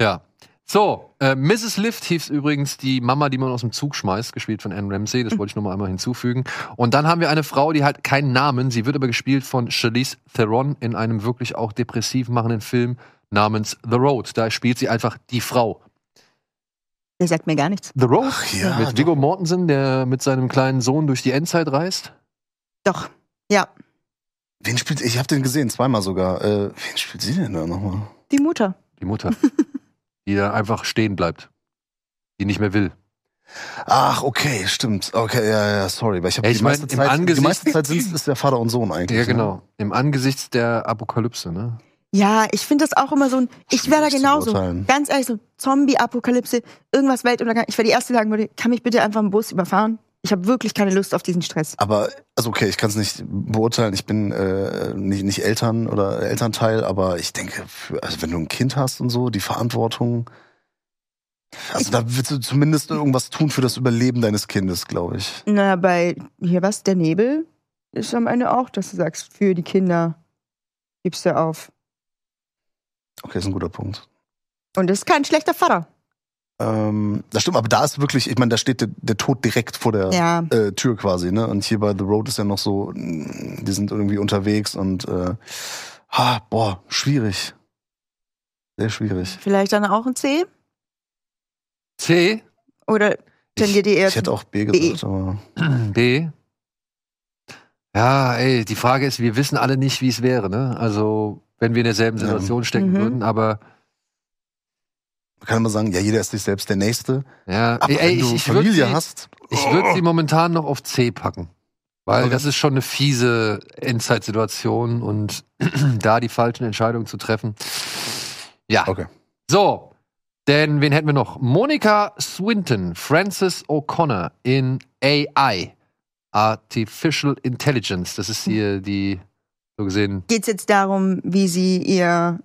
[SPEAKER 1] ja. So, äh, Mrs. Lift hieß übrigens die Mama, die man aus dem Zug schmeißt, gespielt von Anne Ramsey.
[SPEAKER 3] Hm.
[SPEAKER 1] Das wollte ich nur mal einmal hinzufügen. Und dann haben wir eine Frau, die hat keinen Namen. Sie wird aber gespielt von Charlize Theron in einem wirklich auch depressiv machenden Film namens The Road. Da spielt sie einfach die Frau.
[SPEAKER 3] Der sagt mir gar nichts.
[SPEAKER 1] The Road?
[SPEAKER 2] Ach ja,
[SPEAKER 1] mit Viggo Mortensen, der mit seinem kleinen Sohn durch die Endzeit reist.
[SPEAKER 3] Doch,
[SPEAKER 2] Wen spielt Ich habe den gesehen, zweimal sogar. Äh, wen spielt sie denn da nochmal?
[SPEAKER 3] die Mutter.
[SPEAKER 1] Die Mutter. die da einfach stehen bleibt. Die nicht mehr will.
[SPEAKER 2] Ach, okay, stimmt. Okay, ja, ja, sorry. Weil ich hab
[SPEAKER 1] Ja, ich
[SPEAKER 2] die,
[SPEAKER 1] mein,
[SPEAKER 2] meiste
[SPEAKER 1] im
[SPEAKER 2] Zeit, die
[SPEAKER 1] Angesicht-
[SPEAKER 2] meiste Zeit sind ist der Vater und Sohn eigentlich.
[SPEAKER 1] Ja,
[SPEAKER 2] ne?
[SPEAKER 1] genau. Im Angesicht der Apokalypse, ne?
[SPEAKER 3] Ja, ich finde das auch immer so ein, ich wäre da
[SPEAKER 2] Schwierig zu
[SPEAKER 3] genauso.
[SPEAKER 2] beurteilen.
[SPEAKER 3] Ganz ehrlich, so Zombie-Apokalypse, irgendwas Weltuntergang. Ich wäre die Erste, die sagen würde, kann mich bitte einfach im Bus überfahren? Ich habe wirklich keine Lust auf diesen Stress.
[SPEAKER 2] Aber, also okay, ich kann es nicht beurteilen. Ich bin äh, nicht, nicht Eltern oder Elternteil, aber ich denke, für, also wenn du ein Kind hast und so, die Verantwortung. Also
[SPEAKER 3] Ich-
[SPEAKER 2] da willst du zumindest irgendwas tun für das Überleben deines Kindes, glaube ich.
[SPEAKER 3] Na, bei hier was, der Nebel ist am Ende auch, dass du sagst, für die Kinder gibst du auf.
[SPEAKER 2] Okay, ist ein guter Punkt.
[SPEAKER 3] Und das ist kein schlechter Vater.
[SPEAKER 2] Ähm, das stimmt, aber da ist wirklich, ich meine, da steht der, der Tod direkt vor der
[SPEAKER 3] Ja.
[SPEAKER 2] äh, Tür quasi, ne? Und hier bei The Road ist ja noch so, mh, die sind irgendwie unterwegs und äh, ah, boah, schwierig. Sehr schwierig.
[SPEAKER 3] Vielleicht dann auch ein C?
[SPEAKER 1] C,
[SPEAKER 3] Oder tendiert ihr eher
[SPEAKER 2] Ich hätte
[SPEAKER 3] zu
[SPEAKER 2] auch B gesagt, aber
[SPEAKER 1] D. Ja, ey, die Frage ist, wir wissen alle nicht, wie es wäre, ne? Also, wenn wir in derselben
[SPEAKER 2] Ja.
[SPEAKER 1] Situation stecken
[SPEAKER 3] Mhm.
[SPEAKER 1] würden, aber
[SPEAKER 2] man kann immer sagen, ja, jeder ist sich selbst der Nächste.
[SPEAKER 1] ja,
[SPEAKER 2] Aber
[SPEAKER 1] ey,
[SPEAKER 2] wenn du
[SPEAKER 1] ich, ich würde
[SPEAKER 2] Familie
[SPEAKER 1] sie,
[SPEAKER 2] hast,
[SPEAKER 1] ich würd sie momentan noch auf C packen. Weil
[SPEAKER 2] Oh. Okay.
[SPEAKER 1] das ist schon eine fiese Endzeitsituation und da die falschen Entscheidungen zu treffen. Ja.
[SPEAKER 2] Okay.
[SPEAKER 1] So, denn wen hätten wir noch? Monika Swinton, Frances O'Connor in AI, Artificial Intelligence. Das ist hier die, so gesehen,
[SPEAKER 3] Geht es jetzt darum, wie sie ihr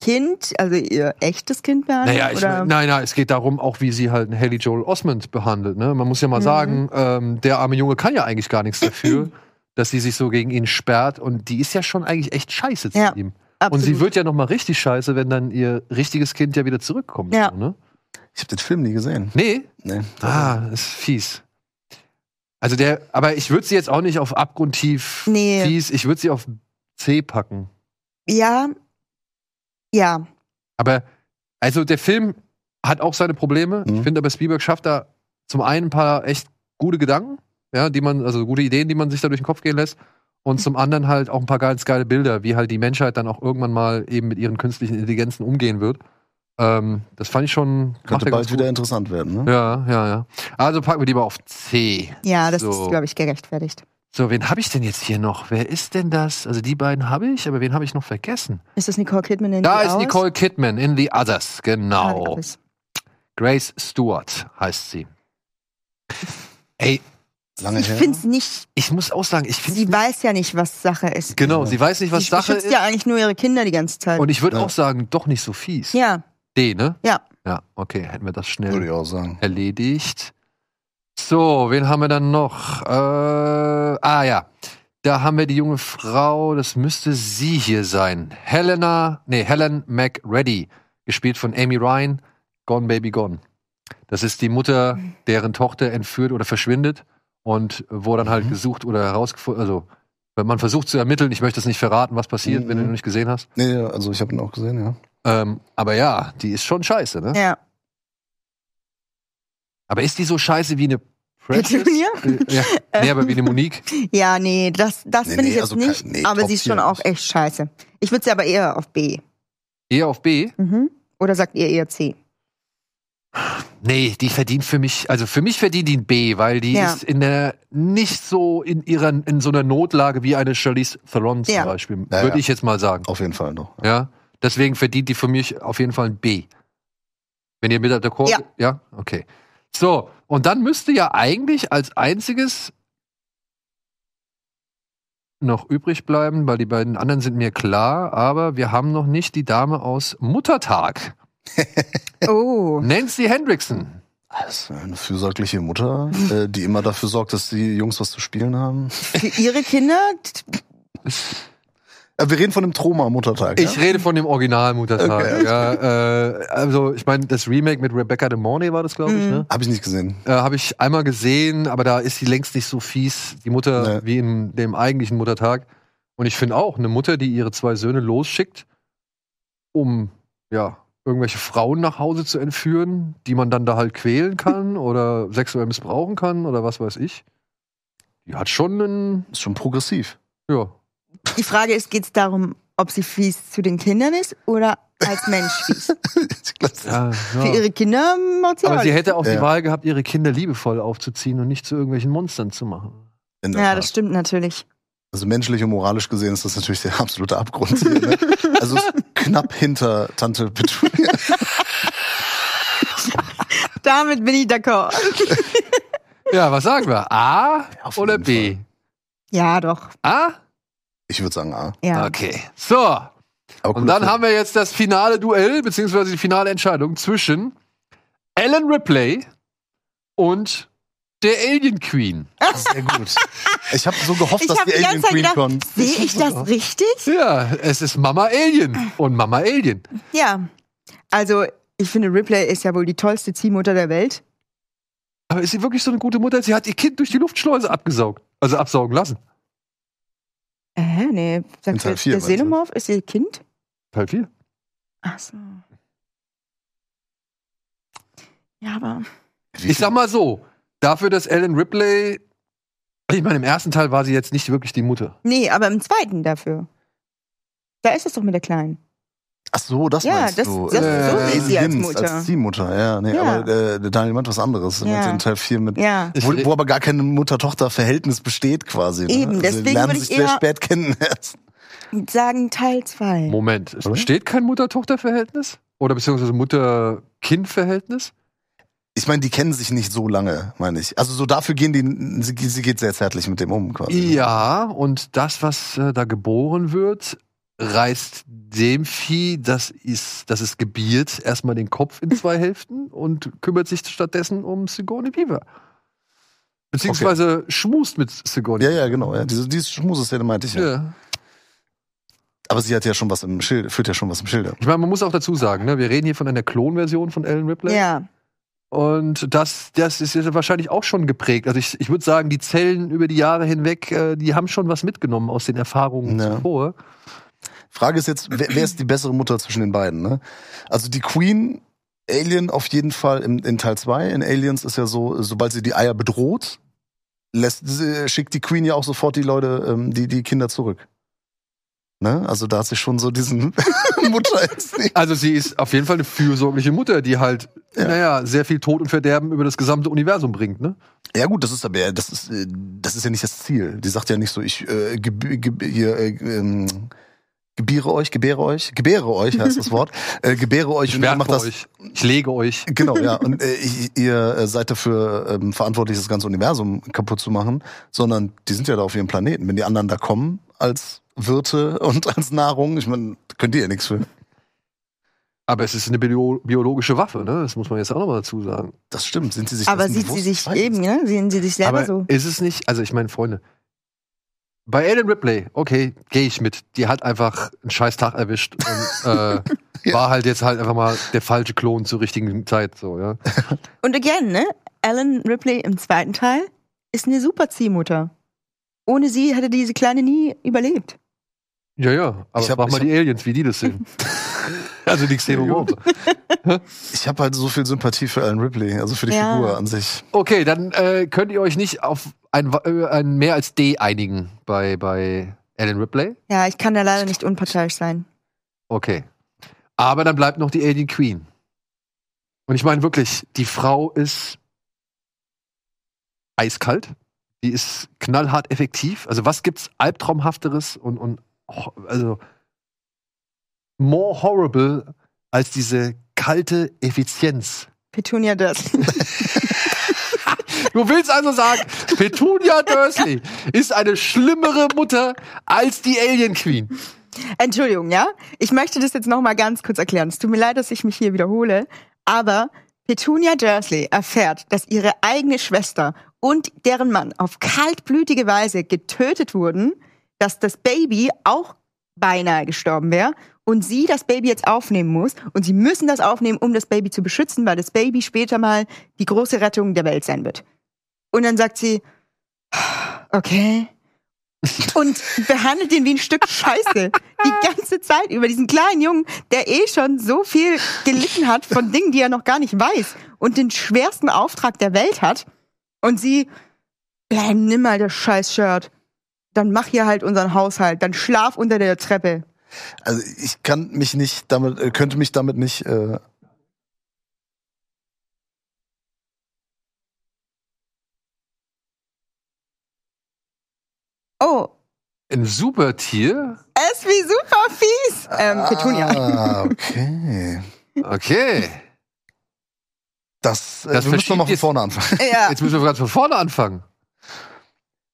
[SPEAKER 3] Kind, also ihr echtes Kind behandelt?
[SPEAKER 1] Naja, ich,
[SPEAKER 3] oder?
[SPEAKER 1] nein, nein, es geht darum, auch wie sie halt einen Haley Joel Osment behandelt. Ne? Man muss ja mal
[SPEAKER 3] Mhm.
[SPEAKER 1] sagen, ähm, der arme Junge kann ja eigentlich gar nichts dafür, dass sie sich so gegen ihn sperrt. Und die ist ja schon eigentlich echt scheiße zu
[SPEAKER 3] Ja,
[SPEAKER 1] ihm. Und
[SPEAKER 3] Absolut.
[SPEAKER 1] sie wird ja noch mal richtig scheiße, wenn dann ihr richtiges Kind ja wieder zurückkommt.
[SPEAKER 3] Ja.
[SPEAKER 1] So, ne?
[SPEAKER 2] ich habe den Film nie gesehen.
[SPEAKER 1] Nee,
[SPEAKER 2] Nee. also,
[SPEAKER 1] ah, ist fies. Also der, aber ich würde sie jetzt auch nicht auf abgrundtief
[SPEAKER 3] Nee.
[SPEAKER 1] fies, ich würde sie auf C packen.
[SPEAKER 3] Ja. Ja.
[SPEAKER 1] Aber, also der Film hat auch seine Probleme.
[SPEAKER 2] Mhm.
[SPEAKER 1] Ich finde aber, Spielberg schafft da zum einen ein paar echt gute Gedanken, ja, die man, also gute Ideen, die man sich da durch den Kopf gehen lässt. Und zum anderen halt auch ein paar ganz geile Bilder, wie halt die Menschheit dann auch irgendwann mal eben mit ihren künstlichen Intelligenzen umgehen wird. Ähm, das fand ich schon. macht
[SPEAKER 2] Könnte
[SPEAKER 1] er ganz
[SPEAKER 2] bald
[SPEAKER 1] gut.
[SPEAKER 2] wieder interessant werden, ne?
[SPEAKER 1] Ja, ja, ja. Also packen wir die mal auf C.
[SPEAKER 3] Ja, das
[SPEAKER 1] So.
[SPEAKER 3] ist, glaube ich, gerechtfertigt.
[SPEAKER 1] So, wen habe ich denn jetzt hier noch? Wer ist denn das? Also die beiden habe ich, aber wen habe ich noch vergessen?
[SPEAKER 3] Ist das Nicole Kidman in
[SPEAKER 1] Da
[SPEAKER 3] The
[SPEAKER 1] ist
[SPEAKER 3] Hours?
[SPEAKER 1] Nicole Kidman in The Others,
[SPEAKER 3] Ah,
[SPEAKER 1] genau.
[SPEAKER 3] The Hours.
[SPEAKER 1] Grace Stewart heißt sie. Ey,
[SPEAKER 2] Lange
[SPEAKER 3] Ich
[SPEAKER 2] her.
[SPEAKER 3] finde es nicht.
[SPEAKER 1] ich muss auch sagen, ich finde
[SPEAKER 3] Sie weiß ja nicht, was Sache ist.
[SPEAKER 1] genau, sie weiß nicht, was
[SPEAKER 3] sie
[SPEAKER 1] Sache
[SPEAKER 3] schützt
[SPEAKER 1] ist.
[SPEAKER 3] ja eigentlich nur ihre Kinder die ganze Zeit.
[SPEAKER 1] Und ich würde
[SPEAKER 2] Ja.
[SPEAKER 1] auch sagen, doch nicht so fies.
[SPEAKER 3] ja.
[SPEAKER 1] D, ne?
[SPEAKER 3] Ja.
[SPEAKER 1] Ja, okay, hätten wir das schnell
[SPEAKER 2] Würde ich auch sagen.
[SPEAKER 1] erledigt. So, wen haben wir dann noch? Äh, ah ja, da haben wir die junge Frau, das müsste sie hier sein. Helena, nee, Helen McReady, gespielt von Amy Ryan, Gone Baby Gone. Das ist die Mutter,
[SPEAKER 2] Mhm.
[SPEAKER 1] deren Tochter entführt oder verschwindet und wo dann halt
[SPEAKER 2] Mhm.
[SPEAKER 1] gesucht oder herausgefunden, also wenn man versucht zu ermitteln, ich möchte es nicht verraten, was passiert, wenn du
[SPEAKER 2] Mhm.
[SPEAKER 1] ihn noch nicht gesehen hast.
[SPEAKER 2] Nee, ja, also ich habe ihn auch gesehen, ja.
[SPEAKER 1] Ähm, aber ja, die ist schon scheiße, ne?
[SPEAKER 3] Ja.
[SPEAKER 1] Aber ist die so scheiße wie eine Precious?
[SPEAKER 3] Petunia?
[SPEAKER 1] Äh, ja. Nee, aber wie eine Monique.
[SPEAKER 3] Ja, nee, das, das
[SPEAKER 2] Nee,
[SPEAKER 3] bin
[SPEAKER 2] nee,
[SPEAKER 3] ich jetzt
[SPEAKER 2] also kein-
[SPEAKER 3] nicht.
[SPEAKER 2] nee,
[SPEAKER 3] aber
[SPEAKER 2] Top
[SPEAKER 3] sie ist
[SPEAKER 2] Tier
[SPEAKER 3] schon auch
[SPEAKER 2] nicht.
[SPEAKER 3] echt scheiße. Ich würde sie aber eher auf B.
[SPEAKER 1] Eher E auf B?
[SPEAKER 3] Mhm. Oder sagt ihr eher C?
[SPEAKER 1] Nee, die verdient für mich, also für mich verdient die ein B, weil die
[SPEAKER 3] Ja.
[SPEAKER 1] ist in der nicht so in ihrer in so einer Notlage wie eine Charlize Theron zum
[SPEAKER 3] Ja.
[SPEAKER 1] Beispiel,
[SPEAKER 2] Ja,
[SPEAKER 1] würde
[SPEAKER 2] ja.
[SPEAKER 1] ich jetzt mal sagen.
[SPEAKER 2] Auf jeden Fall noch.
[SPEAKER 1] Ja, deswegen verdient die für mich auf jeden Fall ein B. Wenn ihr mit der Chor
[SPEAKER 3] Ja.
[SPEAKER 1] ja, okay. So und dann müsste ja eigentlich als einziges noch übrig bleiben, weil die beiden anderen sind mir klar, aber wir haben noch nicht die Dame aus Muttertag,
[SPEAKER 3] Oh.
[SPEAKER 1] Nancy Hendrickson.
[SPEAKER 2] Das ist Also, eine fürsorgliche Mutter, äh, die immer dafür sorgt, dass die Jungs was zu spielen haben.
[SPEAKER 3] Für ihre Kinder?
[SPEAKER 2] Äh, wir reden von dem Troma-Muttertag.
[SPEAKER 1] Ich
[SPEAKER 2] ja?
[SPEAKER 1] rede von dem Original Muttertag.
[SPEAKER 2] Okay.
[SPEAKER 1] Ja, äh, also ich meine, das Remake mit Rebecca De Mornay war das, glaube ich.
[SPEAKER 3] Mhm.
[SPEAKER 1] Ne?
[SPEAKER 2] Habe ich nicht gesehen.
[SPEAKER 1] Äh, Habe ich einmal gesehen, aber da ist sie längst nicht so fies, die Mutter,
[SPEAKER 2] Nee.
[SPEAKER 1] wie in dem eigentlichen Muttertag. Und ich finde auch, eine Mutter, die ihre zwei Söhne losschickt, um ja irgendwelche Frauen nach Hause zu entführen, die man dann da halt quälen kann oder sexuell missbrauchen kann oder was weiß ich. Die hat schon einen,
[SPEAKER 2] Ist schon progressiv.
[SPEAKER 1] ja,
[SPEAKER 3] Die Frage ist, geht es darum, ob sie fies zu den Kindern ist oder als Mensch fies?
[SPEAKER 2] Ich glaub,
[SPEAKER 1] ja,
[SPEAKER 3] Für ihre Kinder macht sie
[SPEAKER 1] Aber
[SPEAKER 3] auch
[SPEAKER 1] sie hätte auch die
[SPEAKER 2] Ja.
[SPEAKER 1] Wahl gehabt, ihre Kinder liebevoll aufzuziehen und nicht zu irgendwelchen Monstern zu machen.
[SPEAKER 2] in der
[SPEAKER 3] Ja,
[SPEAKER 2] Tat.
[SPEAKER 3] das stimmt natürlich.
[SPEAKER 2] also menschlich und moralisch gesehen ist das natürlich der absolute Abgrund. Hier, ne? Also es ist knapp hinter Tante Petunia.
[SPEAKER 3] Damit bin ich d'accord.
[SPEAKER 1] Ja, was sagen wir? A
[SPEAKER 2] auf
[SPEAKER 1] oder
[SPEAKER 2] jeden
[SPEAKER 1] B?
[SPEAKER 3] Ja, doch.
[SPEAKER 1] A?
[SPEAKER 2] Ich würde sagen A.
[SPEAKER 3] Ja.
[SPEAKER 1] Okay. So,
[SPEAKER 2] Aber
[SPEAKER 1] und dann haben wir jetzt das finale Duell, beziehungsweise die finale Entscheidung zwischen Ellen Ripley und der Alien Queen.
[SPEAKER 2] wir sehr gut. Ich habe so gehofft,
[SPEAKER 3] Ich
[SPEAKER 2] dass
[SPEAKER 3] habe
[SPEAKER 2] die
[SPEAKER 3] die
[SPEAKER 2] Alien
[SPEAKER 3] ganze Zeit
[SPEAKER 2] Queen
[SPEAKER 3] gedacht,
[SPEAKER 2] kommt.
[SPEAKER 3] sehe ich das richtig?
[SPEAKER 1] Ja, es ist Mama Alien und Mama Alien.
[SPEAKER 3] Ja. Also, Ich finde, Ripley ist ja wohl die tollste Ziehmutter der Welt.
[SPEAKER 1] Aber ist sie wirklich so eine gute Mutter? Sie hat ihr Kind durch die Luftschleuse abgesaugt. Also absaugen lassen.
[SPEAKER 3] Äh, nee.
[SPEAKER 2] In
[SPEAKER 3] Sagt
[SPEAKER 2] Teil
[SPEAKER 3] der,
[SPEAKER 2] vier
[SPEAKER 3] der
[SPEAKER 2] meinst du?
[SPEAKER 3] Xenomorph ist ihr Kind?
[SPEAKER 1] Teil 4.
[SPEAKER 3] Ach so. Ja, aber.
[SPEAKER 2] Wie
[SPEAKER 1] Ich sag mal so, dafür, dass Ellen Ripley. Ich meine, im ersten Teil war sie jetzt nicht wirklich die Mutter.
[SPEAKER 3] Nee, aber im zweiten dafür. Da ist es doch mit der Kleinen.
[SPEAKER 2] Ach so, das
[SPEAKER 3] Ja,
[SPEAKER 2] meinst
[SPEAKER 3] das-
[SPEAKER 2] du.
[SPEAKER 3] das- so
[SPEAKER 1] sehe ich
[SPEAKER 3] sie als
[SPEAKER 2] Jins,
[SPEAKER 3] Mutter.
[SPEAKER 2] Als die Mutter, ja. Nee,
[SPEAKER 3] Ja.
[SPEAKER 2] aber äh, der Daniel meint was anderes. Mit
[SPEAKER 3] Ja.
[SPEAKER 2] dem Teil 4 mit.
[SPEAKER 3] Ja.
[SPEAKER 1] Ich-
[SPEAKER 2] Wo, wo aber gar kein Mutter-Tochter-Verhältnis besteht quasi. Ne?
[SPEAKER 3] Eben,
[SPEAKER 2] Also,
[SPEAKER 3] deswegen
[SPEAKER 2] die lernen
[SPEAKER 3] würde ich
[SPEAKER 2] sich sehr
[SPEAKER 3] eher-
[SPEAKER 2] spät kennen erst.
[SPEAKER 3] Sagen Teil 2.
[SPEAKER 1] Moment, es
[SPEAKER 2] Oder?
[SPEAKER 1] besteht kein Mutter-Tochter-Verhältnis? Oder beziehungsweise Mutter-Kind-Verhältnis?
[SPEAKER 2] Ich meine, die kennen sich nicht so lange, meine ich. Also so dafür gehen die, sie, sie geht sehr zärtlich mit dem um quasi.
[SPEAKER 1] Ja, und das, was äh, da geboren wird, reißt dem Vieh, das, ist, das es gebiert, erstmal den Kopf in zwei Hälften und kümmert sich stattdessen um Sigourney Weaver. Beziehungsweise schmust mit Sigourney.
[SPEAKER 2] Ja, ja, genau. Ja. Diese, diese Schmuseszene meinte ich ja.
[SPEAKER 1] Ja.
[SPEAKER 2] Aber sie hat ja schon was im Schild, führt ja schon was im Schilde.
[SPEAKER 1] Ich meine, man muss auch dazu sagen, ne, wir reden hier von einer Klonversion von Ellen Ripley.
[SPEAKER 3] Ja.
[SPEAKER 1] Und das, das ist jetzt wahrscheinlich auch schon geprägt. Also ich, ich würde sagen, die Zellen über die Jahre hinweg, äh, die haben schon was mitgenommen aus den Erfahrungen
[SPEAKER 2] Ja.
[SPEAKER 1] zuvor.
[SPEAKER 2] Frage ist jetzt, wer, wer ist die bessere Mutter zwischen den beiden? Ne? Also die Queen, Alien auf jeden Fall in, in Teil 2. In Aliens ist ja so, sobald sie die Eier bedroht, lässt, sie- schickt die Queen ja auch sofort die Leute, ähm, die, die Kinder zurück. Ne? Also da hat sie schon so diesen Mutter jetzt nicht.
[SPEAKER 1] Also sie ist auf jeden Fall eine fürsorgliche Mutter, die halt,
[SPEAKER 2] Ja.
[SPEAKER 1] naja, sehr viel Tod und Verderben über das gesamte Universum bringt, ne?
[SPEAKER 2] Ja gut, das ist aber ja- das ist äh, das ist ja nicht das Ziel. Die sagt ja nicht so, ich äh, geb, geb, hier, äh, ähm, gebiere euch, gebäre euch, gebäre euch heißt das Wort, äh, gebäre euch
[SPEAKER 1] Ich
[SPEAKER 2] und ihr
[SPEAKER 1] werfe
[SPEAKER 2] macht das.
[SPEAKER 1] euch, ich lege euch.
[SPEAKER 2] Genau, ja. Und äh, ich- ihr äh, seid dafür ähm, verantwortlich, das ganze Universum kaputt zu machen, sondern die sind ja da auf ihrem Planeten. Wenn die anderen da kommen als Wirte und als Nahrung, ich meine, könnt ihr ja nichts für.
[SPEAKER 1] Aber es ist eine bio biologische Waffe, ne? Das muss man jetzt auch nochmal dazu sagen.
[SPEAKER 2] Das stimmt, sind sie sich
[SPEAKER 3] Aber
[SPEAKER 2] dessen
[SPEAKER 3] sieht sie
[SPEAKER 2] bewusst?
[SPEAKER 3] sich
[SPEAKER 2] Weiß
[SPEAKER 3] eben,
[SPEAKER 2] ich.
[SPEAKER 3] ne? Sehen sie sich selber
[SPEAKER 1] Aber
[SPEAKER 3] so.
[SPEAKER 1] ist es nicht, also ich meine, Freunde, bei Ellen Ripley, okay, gehe ich mit. Die hat einfach einen scheiß Tag erwischt und äh, war halt jetzt halt einfach mal der falsche Klon zur richtigen Zeit, so, ja.
[SPEAKER 3] Und again, ne? Ellen Ripley im zweiten Teil ist eine super Ziehmutter. Ohne sie hätte diese Kleine nie überlebt.
[SPEAKER 1] Ja, ja, aber
[SPEAKER 2] Ich hab-
[SPEAKER 1] mach mal
[SPEAKER 2] ich
[SPEAKER 1] die Aliens, wie die das sehen. also die Xenomorphe.
[SPEAKER 2] Ich habe halt so viel Sympathie für Alan Ripley, also für die
[SPEAKER 3] Ja.
[SPEAKER 2] Figur an sich.
[SPEAKER 1] Okay, dann äh, könnt ihr euch nicht auf ein, Wa- äh, ein mehr als D einigen bei, bei Ellen Ripley.
[SPEAKER 3] Ja, ich kann da leider nicht unparteiisch sein.
[SPEAKER 1] Okay. Aber dann bleibt noch die Alien Queen. Und ich meine wirklich, die Frau ist eiskalt. Die ist knallhart effektiv. Also was gibt's albtraumhafteres und, und ho- also more horrible als diese kalte Effizienz?
[SPEAKER 3] Petunia Dursley.
[SPEAKER 1] Du willst also sagen, Petunia Dursley ist eine schlimmere Mutter als die Alien Queen.
[SPEAKER 3] Entschuldigung, ja? Ich möchte das jetzt nochmal ganz kurz erklären. Es tut mir leid, dass ich mich hier wiederhole, aber Petunia Dursley erfährt, dass ihre eigene Schwester und deren Mann auf kaltblütige Weise getötet wurden, dass das Baby auch beinahe gestorben wäre und sie das Baby jetzt aufnehmen muss und sie müssen das aufnehmen, um das Baby zu beschützen, weil das Baby später mal die große Rettung der Welt sein wird. Und dann sagt sie, okay, und behandelt ihn wie ein Stück Scheiße. Die ganze Zeit über diesen kleinen Jungen, der eh schon so viel gelitten hat von Dingen, die er noch gar nicht weiß und den schwersten Auftrag der Welt hat. Und sie, "Bleib, nimm mal das Scheiß-Shirt. Dann mach hier halt unseren Haushalt. Dann schlaf unter der Treppe.
[SPEAKER 2] Also ich kann mich nicht damit, äh, könnte mich damit nicht. Äh,
[SPEAKER 3] Oh,
[SPEAKER 1] Ein super Tier.
[SPEAKER 3] es wie super fies. Ähm, Petunia.
[SPEAKER 2] Ah, okay.
[SPEAKER 1] Okay.
[SPEAKER 2] Das, äh,
[SPEAKER 1] Das
[SPEAKER 2] wir müssen noch
[SPEAKER 1] verschiebt
[SPEAKER 2] mal von
[SPEAKER 1] jetzt-
[SPEAKER 2] vorne anfangen.
[SPEAKER 3] Ja.
[SPEAKER 1] Jetzt müssen wir ganz von vorne anfangen.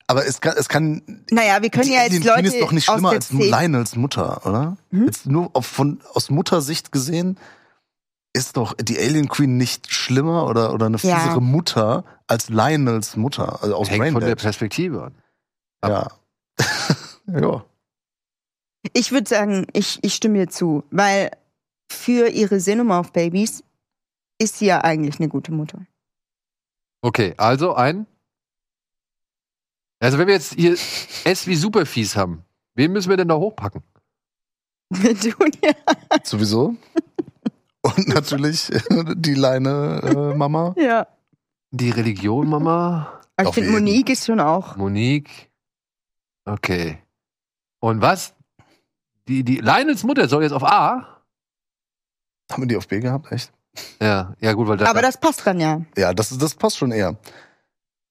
[SPEAKER 2] Aber es kann, es kann
[SPEAKER 3] Naja, wir können ja jetzt
[SPEAKER 2] Die Alien Queen
[SPEAKER 3] Leute
[SPEAKER 2] ist doch nicht
[SPEAKER 3] aus
[SPEAKER 2] schlimmer
[SPEAKER 3] der
[SPEAKER 2] als
[SPEAKER 3] Szene-
[SPEAKER 2] Lionels Mutter, oder?
[SPEAKER 3] Hm?
[SPEAKER 2] Jetzt nur auf, von, aus Muttersicht gesehen ist doch die Alien Queen nicht schlimmer oder, oder eine
[SPEAKER 3] Ja.
[SPEAKER 2] fiesere Mutter als Lionels Mutter, also aus
[SPEAKER 1] Hängt von der
[SPEAKER 2] Braindead.
[SPEAKER 1] Perspektive an.
[SPEAKER 2] Ja. ja.
[SPEAKER 3] Ich würde sagen, ich, ich stimme dir zu, weil für ihre Xenomorph-Babys ist sie ja eigentlich eine gute Mutter.
[SPEAKER 1] Okay, also ein. Also wenn wir jetzt hier S wie Superfies haben, wen müssen wir denn da hochpacken?
[SPEAKER 3] Junior.
[SPEAKER 2] Sowieso. Und natürlich äh, die Leine äh, Mama.
[SPEAKER 3] Ja.
[SPEAKER 1] Die Religion, Mama.
[SPEAKER 3] Aber ich
[SPEAKER 2] Auf
[SPEAKER 3] finde,
[SPEAKER 2] jeden.
[SPEAKER 3] Monique ist schon auch.
[SPEAKER 1] Monique. Okay. Und was? Die, die Lionels Mutter soll jetzt auf A?
[SPEAKER 2] Haben wir die auf B gehabt? Echt?
[SPEAKER 1] Ja, ja gut, weil das.
[SPEAKER 3] Aber das passt dann ja.
[SPEAKER 2] Ja, das, das passt schon eher.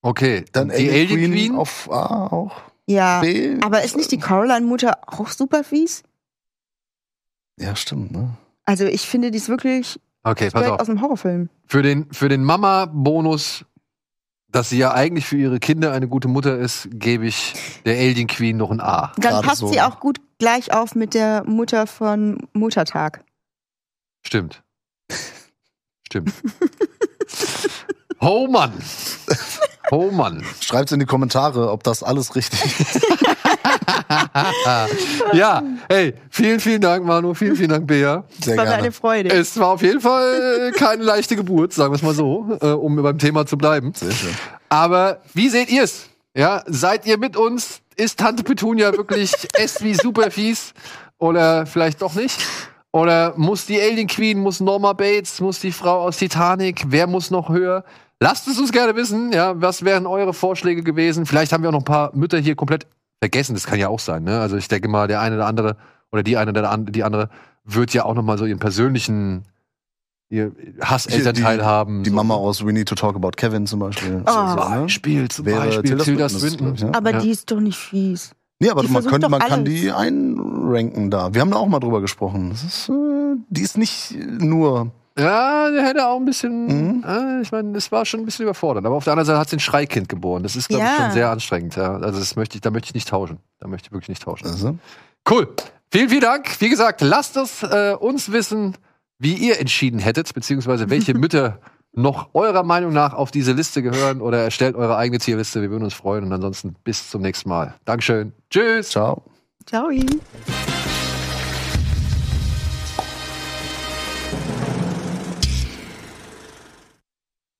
[SPEAKER 1] okay,
[SPEAKER 2] Dann
[SPEAKER 1] die Alien Queen,
[SPEAKER 2] auf A auch.
[SPEAKER 3] Ja.
[SPEAKER 2] B.
[SPEAKER 3] Aber ist nicht die Caroline-Mutter auch super fies?
[SPEAKER 2] Ja, stimmt, ne?
[SPEAKER 3] Also ich finde, die ist wirklich
[SPEAKER 1] Okay, pass
[SPEAKER 3] direkt
[SPEAKER 1] auf.
[SPEAKER 3] aus dem Horrorfilm.
[SPEAKER 1] Für den, für den Mama-Bonus, dass sie ja eigentlich für ihre Kinder eine gute Mutter ist, gebe ich der Alien Queen noch ein A.
[SPEAKER 3] Dann
[SPEAKER 2] Gerade
[SPEAKER 3] passt
[SPEAKER 2] so.
[SPEAKER 3] sie auch gut gleich auf mit der Mutter von Muttertag.
[SPEAKER 1] Stimmt. Stimmt. Oh Mann. Oh Mann.
[SPEAKER 2] Schreibt's in die Kommentare, ob das alles richtig ist.
[SPEAKER 1] Ah. ja, hey, vielen, vielen Dank, Manu. Vielen, vielen Dank, Bea.
[SPEAKER 2] Sehr
[SPEAKER 3] war mir eine
[SPEAKER 2] gerne.
[SPEAKER 3] Freude.
[SPEAKER 1] Es war auf jeden Fall äh, keine leichte Geburt, sagen wir es mal so, äh, um beim Thema zu bleiben.
[SPEAKER 2] Sehr schön.
[SPEAKER 1] Aber wie seht ihr es? Ja, seid ihr mit uns? Ist Tante Petunia wirklich S wie super fies? Oder vielleicht doch nicht? Oder muss die Alien Queen, muss Norma Bates, muss die Frau aus Titanic, wer muss noch höher? Lasst es uns gerne wissen, ja, was wären eure Vorschläge gewesen? Vielleicht haben wir auch noch ein paar Mütter hier komplett vergessen, das kann ja auch sein, ne? Also ich denke mal, der eine oder andere oder die eine oder an- die andere wird ja auch noch mal so ihren persönlichen ihr Hasselternteil
[SPEAKER 2] Die-
[SPEAKER 1] haben.
[SPEAKER 2] Die
[SPEAKER 1] so.
[SPEAKER 2] Mama aus We Need to Talk About Kevin zum Beispiel. ne?
[SPEAKER 3] Oh.
[SPEAKER 1] Zum Beispiel, Ah. zum
[SPEAKER 2] Wäre
[SPEAKER 1] Beispiel
[SPEAKER 2] Tilda
[SPEAKER 1] Tilda
[SPEAKER 2] Swinton,
[SPEAKER 1] Swinton.
[SPEAKER 2] glaub ich, ja.
[SPEAKER 3] Aber
[SPEAKER 1] Ja.
[SPEAKER 3] die ist doch nicht fies.
[SPEAKER 2] Nee, aber
[SPEAKER 3] Die
[SPEAKER 2] man,
[SPEAKER 3] versucht
[SPEAKER 2] könnte,
[SPEAKER 3] doch
[SPEAKER 2] man kann
[SPEAKER 3] alles.
[SPEAKER 2] die einranken da. Wir haben da auch mal drüber gesprochen. Das ist, äh, die ist nicht nur.
[SPEAKER 1] Ja, der hätte auch ein bisschen,
[SPEAKER 2] Mhm.
[SPEAKER 1] äh, ich meine, das war schon ein bisschen überfordernd. Aber auf der anderen Seite hat sie ein Schreikind geboren. Das ist, glaube ich,
[SPEAKER 3] Ja.
[SPEAKER 1] schon sehr anstrengend. Ja. Also das möchte ich, da möchte ich nicht tauschen. Da möchte ich wirklich nicht tauschen.
[SPEAKER 2] Also,
[SPEAKER 1] Cool. Vielen, vielen Dank. Wie gesagt, lasst es äh, uns wissen, wie ihr entschieden hättet, beziehungsweise welche Mütter noch eurer Meinung nach auf diese Liste gehören oder erstellt eure eigene Tierliste. Wir würden uns freuen und ansonsten bis zum nächsten Mal. Dankeschön. Tschüss.
[SPEAKER 2] ciao.
[SPEAKER 3] Ciao.